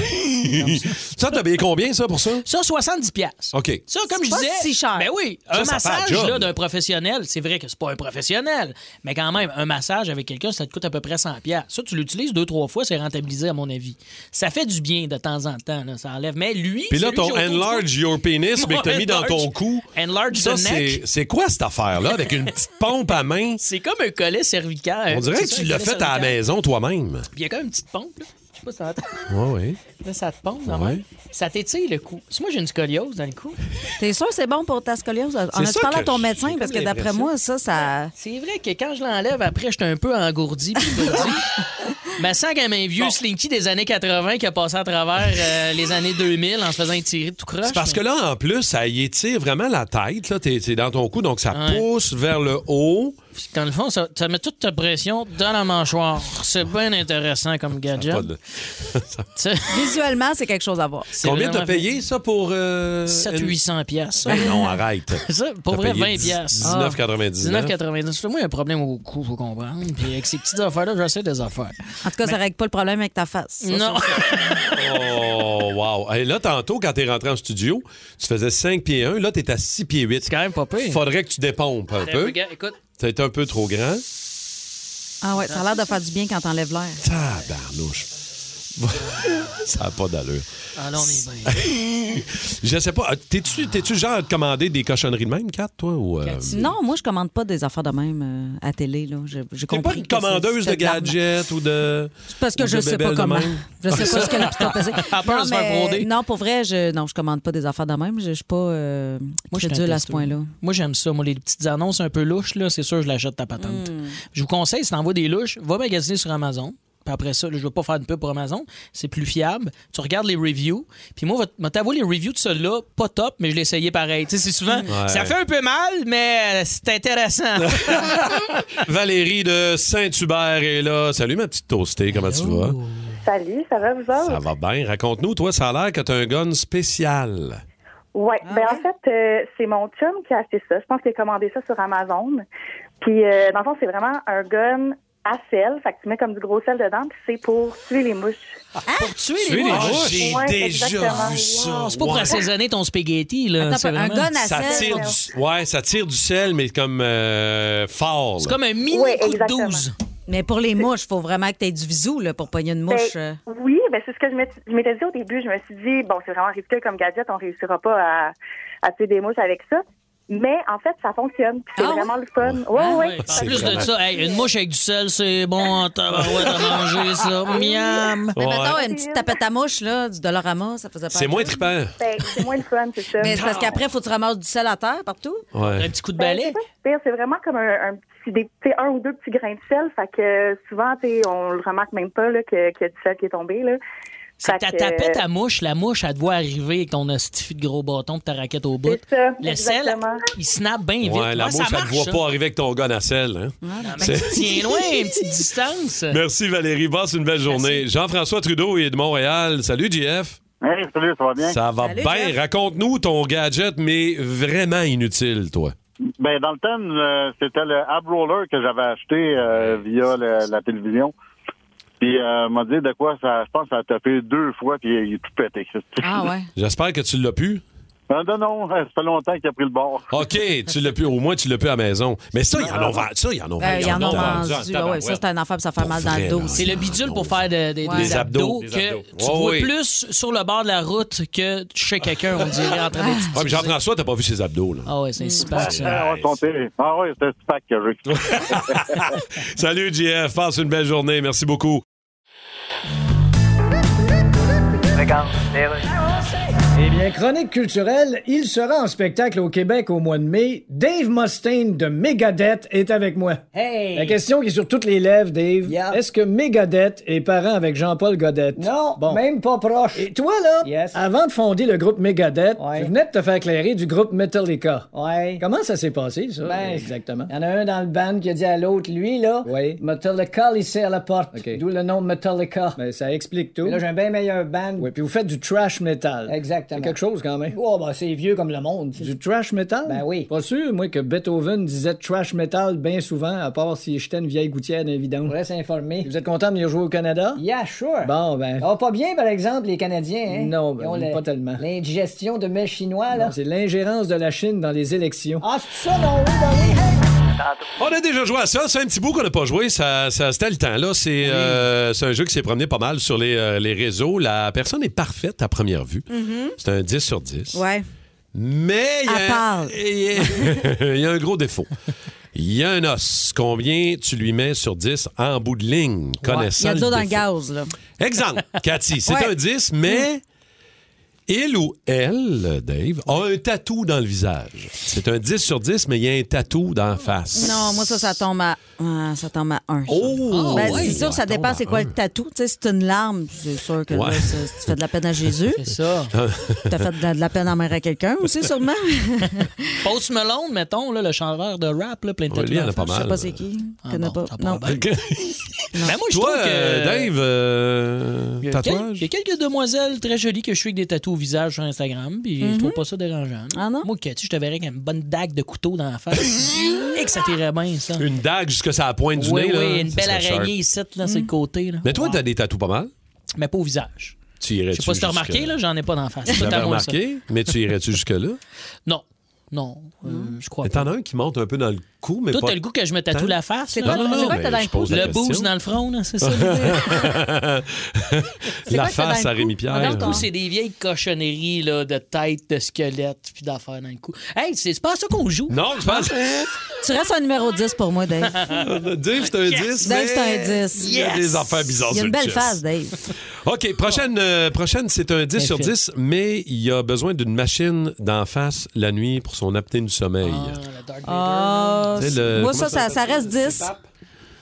Speaker 3: ça, t'as payé combien, ça, pour ça?
Speaker 5: Ça, 70$. piastres.
Speaker 3: OK.
Speaker 5: Ça, comme
Speaker 2: C'est
Speaker 5: je
Speaker 2: pas
Speaker 5: disais.
Speaker 2: si cher.
Speaker 5: Ben oui,
Speaker 3: Ça,
Speaker 5: un
Speaker 3: ça fait la
Speaker 5: massage
Speaker 3: job.
Speaker 5: là, d'un professionnel, c'est vrai que c'est pas un professionnel, mais quand même, un massage avec quelqu'un, ça te coûte à peu près 100$. piastres. Ça, tu l'utilises deux, trois fois, c'est rentabilisé, à mon avis. Ça fait du bien de temps en temps, là, ça enlève. Mais lui.
Speaker 3: Puis là,
Speaker 5: celui
Speaker 3: ton
Speaker 5: qui est autour du cou-
Speaker 3: enlarge your penis, mais que
Speaker 5: (laughs)
Speaker 3: t'as
Speaker 5: Mon
Speaker 3: mis dans ton
Speaker 5: enlarge-
Speaker 3: cou.
Speaker 5: Enlarge
Speaker 3: Ça,
Speaker 5: the neck.
Speaker 3: c'est c'est quoi cette affaire-là, avec une petite pompe à main?
Speaker 5: C'est comme un collet cervical.
Speaker 3: On dirait
Speaker 5: Euh, C'est
Speaker 3: que
Speaker 5: ça,
Speaker 3: tu
Speaker 5: un
Speaker 3: l'as
Speaker 5: collet
Speaker 3: fait à la
Speaker 5: cervical.
Speaker 3: maison toi-même.
Speaker 5: Puis il y a quand même une petite pompe, là. Je sais pas si t'entends.
Speaker 3: Oui, oui.
Speaker 5: Là, ça te pompe, dans le
Speaker 3: Ouais.
Speaker 5: même. Ça t'étire le cou. Si moi, j'ai une scoliose dans le cou.
Speaker 4: T'es sûr que c'est bon pour ta scoliose? On
Speaker 5: ça
Speaker 4: a-tu parlé à
Speaker 5: que
Speaker 4: ton
Speaker 5: j'ai
Speaker 4: médecin?
Speaker 5: comme
Speaker 4: Parce que d'après
Speaker 5: l'impression.
Speaker 4: moi, ça, ça...
Speaker 5: C'est vrai que quand je l'enlève, après, j'étais un peu engourdi. Puis étourdi. Mais Ben, sans comme un vieux slinky des années 80 qui a passé à travers
Speaker 3: (laughs)
Speaker 5: euh, les années 2000 en se faisant étirer tout croche.
Speaker 3: C'est parce que là, en plus, ça y étire vraiment la tête. là. T'es t'es dans ton cou, donc ça pousse vers le haut.
Speaker 5: Puis Dans le fond, ça, ça met toute ta pression dans la mâchoire. C'est bien intéressant comme gadget.
Speaker 3: (laughs)
Speaker 4: Visuellement, c'est quelque chose à voir.
Speaker 3: Combien t'as payé, ça, pour... Euh,
Speaker 5: 700-800 piastres. Ah.
Speaker 3: Ben non, arrête.
Speaker 5: hein. (laughs) Ça, pour
Speaker 3: T'as
Speaker 5: vrai,
Speaker 3: payé
Speaker 5: 20 piastres.
Speaker 3: 19,99.
Speaker 5: 19,99. Fais-moi un problème au cou, faut comprendre. Puis avec ces petites affaires-là, j'essaie des affaires.
Speaker 4: En tout cas, ça règle pas le problème avec ta face. Ça,
Speaker 5: Non.
Speaker 4: c'est sûr.
Speaker 3: Oh, wow. Et là, tantôt, quand t'es rentré en studio, tu faisais 5 pieds 1. Là, t'es à 6 pieds 8. C'est
Speaker 5: quand même pas pire.
Speaker 3: Faudrait que tu dépompes un peu.
Speaker 5: Regarde, Écoute,
Speaker 3: T'as été un peu trop grand.
Speaker 4: Ah ouais, ça a l'air de faire du bien quand t'enlèves l'air.
Speaker 3: Tabarnouche. (laughs) Ça n'a pas d'allure. (laughs)
Speaker 5: ah là, on est bien.
Speaker 3: Je sais pas. T'es-tu, t'es-tu genre de commander des cochonneries de même, Kat, toi? Ou, euh,
Speaker 4: Non, moi, je commande pas des affaires de même euh, à télé. Là. J'ai, j'ai
Speaker 3: T'es
Speaker 4: compris
Speaker 3: pas une
Speaker 4: que c'est-
Speaker 3: commandeuse
Speaker 4: c'est
Speaker 3: de
Speaker 4: l'arnaque.
Speaker 3: gadgets ou de.
Speaker 4: C'est Parce que
Speaker 3: ou
Speaker 4: je
Speaker 3: de
Speaker 4: sais
Speaker 3: bébelles
Speaker 4: pas
Speaker 3: de
Speaker 4: comment.
Speaker 3: même?
Speaker 4: Je sais pas ce que la putain passée.
Speaker 5: (laughs) À peur de se faire frauder.
Speaker 4: Non, pour vrai, je, non, je commande pas des affaires de même. Je, je suis pas euh,
Speaker 5: Moi, je suis
Speaker 4: crédule
Speaker 5: un
Speaker 4: à ce
Speaker 5: testeux.
Speaker 4: point-là.
Speaker 5: Moi, j'aime ça. Moi, les petites annonces un peu louches, là, c'est sûr, je l'achète ta patente.
Speaker 4: Hmm.
Speaker 5: Je vous conseille, si t'envoies des louches, va magasiner sur Amazon. Puis après ça, là, je veux pas faire une pub pour Amazon. C'est plus fiable. Tu regardes les reviews. Puis moi, va- va t'avouer les reviews de ceux-là, pas top, mais je l'ai essayé pareil. Tu sais, c'est souvent,
Speaker 3: Ouais.
Speaker 5: ça fait un peu mal, mais c'est
Speaker 3: (laughs)
Speaker 5: intéressant.
Speaker 3: Valérie de Saint-Hubert est là. Salut, ma petite toastée. Comment tu vas?
Speaker 16: Salut, ça va vous autres?
Speaker 3: Ça va bien. Raconte-nous, toi, ça a l'air que t'as un gun spécial.
Speaker 16: Ouais, ben en fait, euh, c'est mon chum qui a acheté ça. Je pense qu'il a commandé ça sur Amazon. Puis euh, dans le fond, c'est vraiment un gun à sel. Fait que tu mets comme du gros sel dedans, puis c'est pour tuer les mouches.
Speaker 5: Pour tuer
Speaker 3: Tuer les mouches? mouches? J'ai
Speaker 16: Ouais,
Speaker 3: déjà
Speaker 16: exactement.
Speaker 3: vu ça.
Speaker 5: C'est pas pour
Speaker 3: Ouais.
Speaker 5: assaisonner ton spaghetti, là.
Speaker 4: Attends,
Speaker 5: c'est
Speaker 4: un
Speaker 5: vraiment-
Speaker 4: gun à
Speaker 3: Ça
Speaker 4: sel.
Speaker 3: tire du, ouais, ça tire du sel, mais comme euh, fort.
Speaker 5: C'est
Speaker 3: là.
Speaker 5: comme un mini
Speaker 16: Ouais,
Speaker 5: coup de
Speaker 16: exactement.
Speaker 5: 12.
Speaker 4: Mais pour les mouches, faut vraiment que tu aies du visou là, pour pogner une
Speaker 16: Ben,
Speaker 4: mouche. euh.
Speaker 16: oui, ben c'est ce que je m'étais- je m'étais dit au début. Je me suis dit, bon, c'est vraiment ridicule comme gadget, on réussira pas à, à tuer des mouches avec ça. Mais en fait, ça fonctionne. puis C'est
Speaker 4: Ah ouais?
Speaker 16: vraiment le fun. Ouais, ouais.
Speaker 5: En
Speaker 3: C'est
Speaker 5: plus de
Speaker 3: vraiment-
Speaker 5: ça, hey, une mouche avec du sel, c'est bon, tabarouette à manger, ça. Miam!
Speaker 4: Mais
Speaker 3: Ouais.
Speaker 4: mettons, une petite tapette à mouche, là, du Dollarama, ça faisait pas.
Speaker 3: C'est moins trippant.
Speaker 16: Ben, c'est moins le fun, c'est ça.
Speaker 4: Mais c'est parce qu'après, faut que tu ramasses du sel à terre partout.
Speaker 3: Ouais.
Speaker 5: Un petit coup de
Speaker 16: Ben,
Speaker 5: balai.
Speaker 16: c'est pas si pire. C'est vraiment comme un, un petit, des, tu sais, un ou deux petits grains de sel. Fait que euh, souvent, tu sais, on le remarque même pas là, que- qu'il y a du sel qui est tombé. Là.
Speaker 5: C'est
Speaker 16: Fait
Speaker 5: que ta
Speaker 16: que-
Speaker 5: tapette à mouche, la mouche, elle te voit arriver avec ton hostifie de gros bâton pis ta raquette au bout.
Speaker 16: C'est ça,
Speaker 5: Le sel,
Speaker 16: exactement.
Speaker 5: il snap bien vite.
Speaker 3: Ouais, la
Speaker 5: Ouais,
Speaker 3: mouche,
Speaker 5: ça
Speaker 3: elle te
Speaker 5: marche,
Speaker 3: voit
Speaker 5: ça.
Speaker 3: pas arriver avec ton gun à sel. Hein?
Speaker 5: Ah, ben, tu tiens loin,
Speaker 3: (laughs)
Speaker 5: une petite distance.
Speaker 3: Merci Valérie, passe une belle journée. Jean-François Trudeau est de Montréal. Salut JF.
Speaker 17: Hey, salut, ça va bien?
Speaker 3: Ça va
Speaker 4: Hein? Salut,
Speaker 3: bien.
Speaker 4: Jeff.
Speaker 3: Raconte-nous ton gadget, mais vraiment inutile, toi.
Speaker 17: Ben, dans le temps, euh, c'était le ab roller que j'avais acheté euh, via le- la télévision. Puis, euh, m'a dit de quoi ça, je pense, que ça a tapé deux fois, puis il est tout pété. Euh, (laughs)
Speaker 4: Ah ouais.
Speaker 3: J'espère que tu l'as pu.
Speaker 17: Non, non, non, ça fait longtemps qu'il a pris le bord.
Speaker 4: (laughs)
Speaker 3: OK, tu l'as pu. Au moins, tu l'as pu à la maison. Mais ça, ils en ont vendu. Ça, ils en ont
Speaker 2: Ben,
Speaker 4: Euh,
Speaker 3: vendu.
Speaker 4: ils en ont vendu.
Speaker 3: en
Speaker 4: là, ouais, ça, c'est un affaire, puis ça fait
Speaker 3: Pour
Speaker 4: mal dans le
Speaker 3: vrai,
Speaker 4: dos
Speaker 3: là.
Speaker 4: aussi.
Speaker 5: C'est le bidule pour faire de- de-
Speaker 4: Ouais.
Speaker 5: des
Speaker 4: Des
Speaker 5: abdos,
Speaker 3: abdos.
Speaker 5: que
Speaker 6: Des abdos.
Speaker 5: tu
Speaker 3: Ouais,
Speaker 5: vois
Speaker 3: oui.
Speaker 5: plus sur le bord de la route que chez quelqu'un, on dirait, en train
Speaker 3: (laughs) Ouais,
Speaker 5: de
Speaker 3: mais Jean-François, t'as pas vu ses abdos, là.
Speaker 5: Ah ouais, c'est super ça.
Speaker 17: Ah, ouais, ils sont terribles. Ah ouais, c'était ce pack que j'ai.
Speaker 3: (laughs) Salut, JF. Passe une belle journée. Merci beaucoup.
Speaker 8: Eh bien, chronique culturelle, il sera en spectacle au Québec au mois de mai. Dave Mustaine de Megadeth est avec moi. Hey!
Speaker 7: La
Speaker 8: La (laughs) question qui est sur toutes les lèvres, Dave.
Speaker 7: Yeah.
Speaker 8: Est-ce que Megadeth est parent avec Jean-Paul Godette?
Speaker 7: Non,
Speaker 8: Bon.
Speaker 7: même pas proche.
Speaker 8: Et toi, là,
Speaker 7: Yes.
Speaker 8: avant de fonder le groupe Megadeth,
Speaker 7: Ouais.
Speaker 8: tu venais de te faire éclairer du groupe Metallica.
Speaker 7: Ouais.
Speaker 8: Comment ça s'est passé, ça?
Speaker 7: Ben,
Speaker 8: exactement.
Speaker 7: Il y en a un dans le band qui a dit à l'autre, lui, là,
Speaker 8: Oui.
Speaker 7: Metallica, ici à la porte.
Speaker 8: Ok.
Speaker 7: D'où le nom Metallica.
Speaker 8: Ben, ça explique tout.
Speaker 7: Mais là, j'ai un bien meilleur band.
Speaker 8: Oui, puis vous faites du trash metal.
Speaker 7: Exactement.
Speaker 8: C'est quelque chose quand même.
Speaker 7: Oh, ben, c'est vieux comme le monde.
Speaker 8: Du trash metal?
Speaker 7: Ben oui.
Speaker 8: Pas sûr, moi, que Beethoven disait trash metal bien souvent, à part si j'étais une vieille gouttière
Speaker 7: On
Speaker 8: évidemment.
Speaker 7: pourrait s'informer.
Speaker 8: Vous êtes content de venir jouer au Canada?
Speaker 7: Yeah, sure.
Speaker 8: Bon, ben.
Speaker 7: Oh, pas bien, par exemple, les Canadiens, hein?
Speaker 8: Non, ben,
Speaker 7: Ils ont
Speaker 8: pas tellement.
Speaker 7: L'indigestion de mets chinois, là.
Speaker 8: non, C'est l'ingérence de la Chine dans les élections.
Speaker 7: Ah, c'est ça, non? Oui, dans les...
Speaker 3: On a déjà joué à ça. C'est un petit bout qu'on n'a pas joué. Ça, ça- c'était le temps. Là, c'est, euh, c'est un jeu qui s'est promené pas mal sur les, euh, les réseaux. La personne est parfaite à première vue. C'est un 10 sur 10.
Speaker 2: Mm-hmm. Ouais.
Speaker 3: Mais Euh, (laughs) il y, a-
Speaker 4: Elle parle.
Speaker 3: (laughs) il y a- il y a un gros défaut. Il y a un os. Combien tu lui mets sur 10 en bout de ligne,
Speaker 4: Il y
Speaker 3: connaissant
Speaker 4: a de l'eau dans le
Speaker 3: défaut.
Speaker 4: gaz, là.
Speaker 3: Exemple, Cathy, c'est
Speaker 2: Ouais.
Speaker 3: un 10, mais Il ou elle, Dave, a un tatou dans le visage. C'est un 10 sur 10, mais il y a un tatou dans la face.
Speaker 2: Non, moi, ça, ça tombe à, ah, ça tombe à 1.
Speaker 3: Oh!
Speaker 2: Ben,
Speaker 3: ouais.
Speaker 2: c'est sûr que ça dépend c'est quoi le tatou. Tu sais, c'est une larme. C'est sûr que là,
Speaker 3: Ouais.
Speaker 2: ça- tu fais de la peine à Jésus.
Speaker 5: C'est ça.
Speaker 2: T'as fait de la, de la peine en mer à quelqu'un aussi, sûrement.
Speaker 3: (laughs)
Speaker 5: Post Malone, mettons, là, le chanteur de rap, là, plein de
Speaker 3: Ouais, Oh, lui, il y en a
Speaker 5: tatouages.
Speaker 3: pas mal. Je sais pas
Speaker 2: c'est qui.
Speaker 5: Ah,
Speaker 2: Connais
Speaker 5: bon,
Speaker 2: pas.
Speaker 5: t'as (laughs)
Speaker 2: Non.
Speaker 5: mal. Mais Ben, moi, je
Speaker 3: Toi,
Speaker 5: trouve que.
Speaker 3: euh, Dave, euh,
Speaker 5: Il y a quel-
Speaker 3: tatouage?
Speaker 5: Il y a quelques demoiselles très jolies que je suis avec des tatous au visage sur Instagram, puis je trouve pas ça dérangeant. Ah non? Moi, Cathy, je te verrais avec une bonne dague de couteau dans la face. Et que ça t'irait bien, ça.
Speaker 3: Une dague jusque à la pointe du
Speaker 5: oui,
Speaker 3: nez.
Speaker 5: oui,
Speaker 3: là,
Speaker 5: une
Speaker 3: ça
Speaker 5: belle
Speaker 3: serait sharp.
Speaker 5: araignée ici, là, sur le côté. Là.
Speaker 3: Mais toi, t'as des tatous pas mal.
Speaker 5: Mais pas au visage.
Speaker 3: Tu irais
Speaker 5: Je sais pas si t'as remarqué, là, j'en ai pas d'en face.
Speaker 3: Tu
Speaker 5: Tout à
Speaker 3: l'avais
Speaker 5: moi, ça.
Speaker 3: remarqué, mais tu irais-tu
Speaker 5: (laughs)
Speaker 3: jusque-là?
Speaker 5: Non. Non. euh, Je crois
Speaker 3: Mais
Speaker 5: pas.
Speaker 3: T'en as un qui monte un peu dans le cou, mais
Speaker 5: Toi,
Speaker 3: pas...
Speaker 5: t'as le goût que je me
Speaker 3: Tant-
Speaker 5: tatoue la face.
Speaker 2: C'est
Speaker 5: là?
Speaker 2: quoi- Non, non, c'est quoi que
Speaker 3: t'as dans le cou?
Speaker 5: Le
Speaker 3: la
Speaker 5: booze
Speaker 3: question.
Speaker 5: dans le front,
Speaker 3: (laughs)
Speaker 5: là, c'est ça?
Speaker 3: La face à Rémi
Speaker 5: Dans le
Speaker 3: Pierre.
Speaker 5: cou, c'est des vieilles cochonneries là, de tête, de squelette, puis d'affaires dans le cou. Hey, c'est c'est pas à ça qu'on joue.
Speaker 3: Non, je pense.
Speaker 5: (laughs)
Speaker 2: Tu restes un numéro 10 pour moi, Dave.
Speaker 3: Dave, c'est un 10.
Speaker 2: Dave, c'est un
Speaker 3: mais
Speaker 2: 10.
Speaker 3: Il y a
Speaker 2: Yes.
Speaker 3: des affaires bizarres
Speaker 2: Il y a
Speaker 3: sur le
Speaker 2: une belle
Speaker 3: chest.
Speaker 2: face, Dave.
Speaker 3: (laughs) OK, prochaine, euh, prochaine c'est un 10 sur 10, mais il y a besoin d'une machine d'en face la nuit pour son apnée du sommeil.
Speaker 2: Ah,
Speaker 3: Tu sais, le-
Speaker 2: moi,
Speaker 3: comment
Speaker 2: ça, ça, ça reste 10.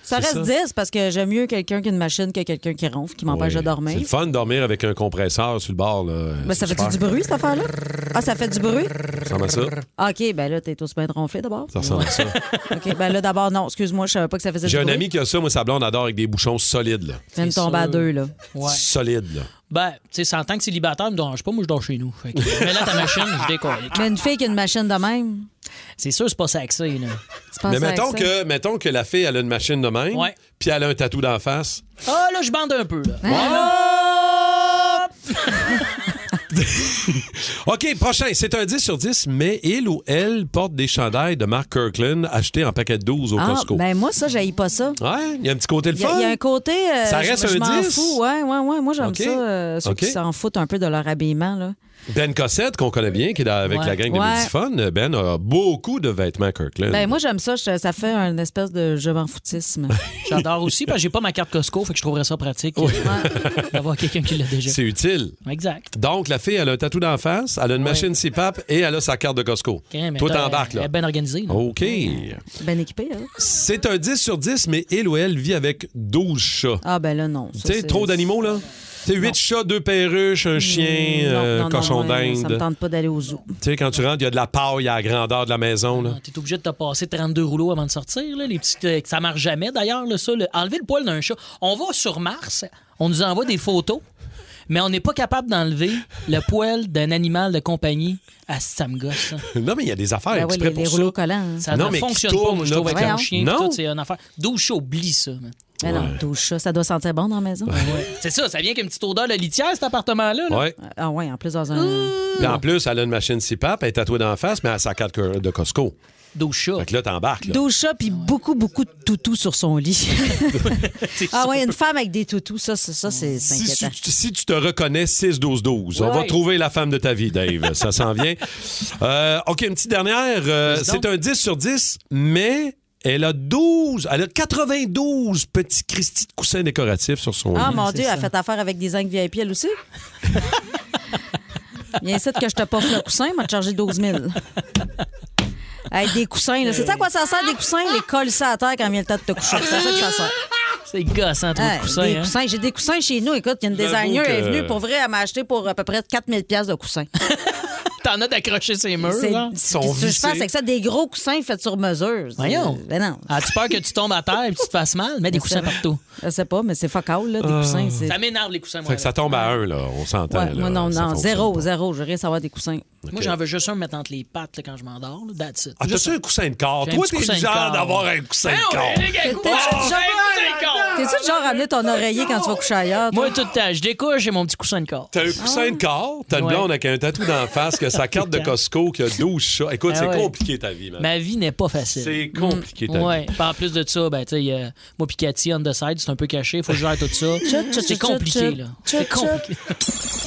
Speaker 2: Ça
Speaker 3: C'est
Speaker 2: reste 10 parce que j'aime mieux quelqu'un qui a une machine que quelqu'un qui ronfle, qui
Speaker 3: Oui.
Speaker 2: m'empêche de
Speaker 3: C'est le
Speaker 2: dormir.
Speaker 3: fun de dormir avec un compresseur sur le bord. Là.
Speaker 2: Mais ça
Speaker 3: C'est
Speaker 2: fait-tu du
Speaker 3: super.
Speaker 2: bruit, cette affaire-là? Ah, ça fait
Speaker 3: (laughs)
Speaker 2: du bruit?
Speaker 3: Ça ressemble à ça.
Speaker 2: OK, ben là, t'es tous bien ronflé d'abord.
Speaker 3: Ça ressemble à ça.
Speaker 2: OK, ben là, d'abord, non, excuse-moi, je savais pas que ça faisait du
Speaker 3: J'ai un
Speaker 2: bruit.
Speaker 3: ami qui a ça, moi, sa blonde adore avec des bouchons solides. Là.
Speaker 2: Viens de tomber à deux, là.
Speaker 5: Ouais.
Speaker 3: Solides. Là.
Speaker 5: Ben, tu sais, c'est en tant que célibataire, me dérange pas, moi, je dors chez nous. Fait que, mais là, ta machine, je décolle.
Speaker 2: Mais une fille qui a une machine de même.
Speaker 5: C'est sûr, c'est pas sexy, là.
Speaker 2: C'est pas
Speaker 3: Mais
Speaker 2: ça
Speaker 3: mettons
Speaker 2: avec
Speaker 3: que,
Speaker 2: ça.
Speaker 3: mettons que la fille, elle a une machine de même, puis elle a un tatou d'en face.
Speaker 5: Ah, là, je bande un peu, là. Ah!
Speaker 3: OK, prochain. C'est un 10 sur 10, mais il ou elle porte des chandails de Mark Kirkland achetés en paquet de 12 au
Speaker 2: Ah,
Speaker 3: Costco.
Speaker 2: ben moi, ça, j'haïs pas ça.
Speaker 3: Ouais, il y a un petit côté le
Speaker 2: Il y, a-
Speaker 3: fun.
Speaker 2: il y a un côté. euh,
Speaker 3: Ça
Speaker 2: je-
Speaker 3: reste
Speaker 2: je
Speaker 3: un
Speaker 2: m'en
Speaker 3: 10?
Speaker 2: fous. Ouais, ouais, ouais. Moi, j'aime
Speaker 3: OK.
Speaker 2: ça. euh, ceux
Speaker 3: OK.
Speaker 2: qui s'en foutent un peu de leur habillement, là.
Speaker 3: Ben Cossette, qu'on connaît bien, qui est dans- avec
Speaker 2: Ouais.
Speaker 3: la gang de
Speaker 2: Ouais.
Speaker 3: Multifun. Ben a beaucoup de vêtements Kirkland.
Speaker 2: Ben, moi, j'aime ça. Je- ça fait un espèce de je m'en foutisme.
Speaker 5: J'adore aussi, parce que j'ai pas ma carte Costco, fait que je trouverais ça pratique euh, d'avoir quelqu'un qui l'a déjà.
Speaker 3: C'est utile.
Speaker 5: Exact.
Speaker 3: Donc, la fille, elle a un tatou d'en face, elle a une machine CPAP et elle a sa carte de Costco.
Speaker 5: mais
Speaker 3: Toi,
Speaker 5: t'as-
Speaker 3: t'embarques, là. Oh.
Speaker 5: elle est bien organisée, là.
Speaker 3: OK.
Speaker 2: Bien équipé, hein?
Speaker 3: C'est un 10 sur 10, mais il ou elle vit avec 12 chats.
Speaker 2: Ah, ben là, non.
Speaker 3: Tu sais, trop d'animaux, là? Tu sais, 8 chats, 2 perruches, un chien, euh, cochon
Speaker 2: Ça me
Speaker 3: d'Inde.
Speaker 2: tente pas d'aller au zoo.
Speaker 3: Tu sais, quand tu rentres, il y a de la paille à la grandeur de la maison,
Speaker 2: Ah,
Speaker 3: là.
Speaker 5: T'es obligé de te passer 32 rouleaux avant de sortir. Là, les petites, euh, ça marche jamais d'ailleurs. là, ça, le- enlever le poil d'un chat. On va sur Mars, on nous envoie des photos, mais on n'est pas capable d'enlever le poil d'un animal de compagnie. Ah, ça me gosse. ça.
Speaker 3: (laughs) non, mais il y a des affaires
Speaker 5: Ben ouais,
Speaker 3: exprès
Speaker 5: les-
Speaker 3: pour
Speaker 5: les
Speaker 3: ça.
Speaker 5: rouleaux
Speaker 2: collants, hein.
Speaker 5: Ça
Speaker 3: non,
Speaker 5: ne
Speaker 3: mais qui
Speaker 5: fonctionne
Speaker 3: tournent,
Speaker 5: pas, moi, je
Speaker 3: là,
Speaker 5: trouve,
Speaker 3: puis
Speaker 5: avec un
Speaker 3: comme-
Speaker 5: chien.
Speaker 3: Non,
Speaker 5: puis tout, C'est une affaire. 12 chats, oublie ça. man.
Speaker 2: Mais Ben non, 12 chats, ça doit sentir bon dans la maison.
Speaker 5: C'est ça, ça vient qu'une petite odeur de litière, cet appartement-là. là.
Speaker 3: Ouais.
Speaker 2: Ah ouais, en plus dans un...
Speaker 3: Puis en plus, elle a une machine CPAP, elle est tatouée d'en face, mais elle a sa carte de Costco.
Speaker 5: 12 chats.
Speaker 3: Fait que là, t'embarques. là.
Speaker 2: 12 chats, puis beaucoup, beaucoup de toutous sur son lit. ah ouais, une femme avec des toutous, ça, ça, ça, c'est c'est
Speaker 3: Si tu,
Speaker 2: inquiétant.
Speaker 3: si tu te reconnais 6-12-12, on
Speaker 2: Ouais.
Speaker 3: va trouver la femme de ta vie,
Speaker 2: (laughs)
Speaker 3: Dave. Ça s'en vient. Euh, OK, une petite dernière. Euh, c'est un 10 sur 10, mais elle a 12, elle a 92 petits Christy de coussins décoratifs sur son
Speaker 2: Ah
Speaker 3: lit.
Speaker 2: mon Dieu, elle a fait affaire avec des angles VIP,
Speaker 3: (laughs)
Speaker 2: elle aussi. Viens ici que je te poffe le coussin, elle m'a chargé 12 000. Avec des coussins, là. C'est ça à quoi ça sert, des coussins? Les colle ça à terre quand vient le temps de te coucher. C'est à ça que ça sert.
Speaker 5: C'est gossant, trop
Speaker 2: Hey,
Speaker 5: de coussins.
Speaker 2: des
Speaker 5: hein.
Speaker 2: coussins. J'ai des coussins chez nous. Écoute, il y a une
Speaker 5: J'avoue
Speaker 2: designer, elle est
Speaker 5: que-
Speaker 2: venue pour vrai, elle m'a acheté pour à peu près 4000 pièces de coussins.
Speaker 5: T'en as d'accrocher ses murs.
Speaker 2: C'est
Speaker 5: là.
Speaker 2: c'est- qu'est-ce que je fais avec ça, des gros coussins faits sur mesure. C'est-
Speaker 5: Voyons.
Speaker 2: Ben non.
Speaker 5: As-tu peur que tu tombes à terre et que tu te fasses mal? Mets des
Speaker 2: Mais
Speaker 5: coussins
Speaker 2: ça-
Speaker 5: partout.
Speaker 2: Je sais pas, mais c'est focal, là, des
Speaker 3: Ah.
Speaker 2: coussins. c'est-
Speaker 5: Ça m'énerve, les coussins.
Speaker 3: Fait
Speaker 5: Moi,
Speaker 3: que ça tombe à un, là. On s'entend.
Speaker 2: Ouais,
Speaker 3: là.
Speaker 2: moi, non,
Speaker 3: Ça
Speaker 2: non,
Speaker 3: fonctionne.
Speaker 2: zéro, zéro. Je veux rien savoir des coussins.
Speaker 5: Moi, j'en veux juste un me mettre entre les pattes là, quand je m'endors. là. That's it.
Speaker 3: Ah,
Speaker 5: Juste
Speaker 3: t'as-tu un coussin de corps?
Speaker 5: J'ai un
Speaker 3: Toi,
Speaker 5: petit
Speaker 3: t'es
Speaker 5: coussin
Speaker 3: le
Speaker 5: de
Speaker 3: genre
Speaker 5: corps.
Speaker 3: d'avoir un coussin
Speaker 5: Ben
Speaker 3: de corps.
Speaker 5: oui, les gars,
Speaker 2: T'es-tu le genre à amener ton oreiller quand tu vas coucher ailleurs? toi?
Speaker 5: Moi, tout le temps, je découche, j'ai mon petit coussin de corps.
Speaker 3: T'as un coussin de corps, t'as une
Speaker 5: Ouais.
Speaker 3: blonde avec un tatou d'en face, que sa carte de Costco, qui a 12 chats. Écoute,
Speaker 5: Ah
Speaker 2: Ben
Speaker 3: c'est
Speaker 5: ouais.
Speaker 3: compliqué ta vie, man.
Speaker 5: Ma vie n'est pas facile. Mm.
Speaker 3: C'est compliqué, ta vie.
Speaker 5: Ouais. Puis en plus de ça, ben, tu sais, euh, moi, Picati, on the side, c'est un peu caché, faut que je gère tout
Speaker 2: (laughs)
Speaker 5: ça. c'est compliqué, là. C'est compliqué.
Speaker 1: (laughs)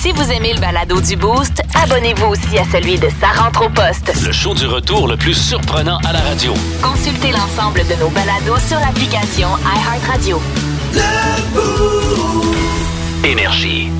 Speaker 1: Si vous aimez le balado du Boost, abonnez-vous aussi à celui de Sa rentre au poste.
Speaker 10: Le show du retour le plus surprenant à la
Speaker 3: (laughs)
Speaker 10: radio.
Speaker 1: Consultez l'ensemble de nos balados sur l'application iHeartRadio.
Speaker 10: Énergie.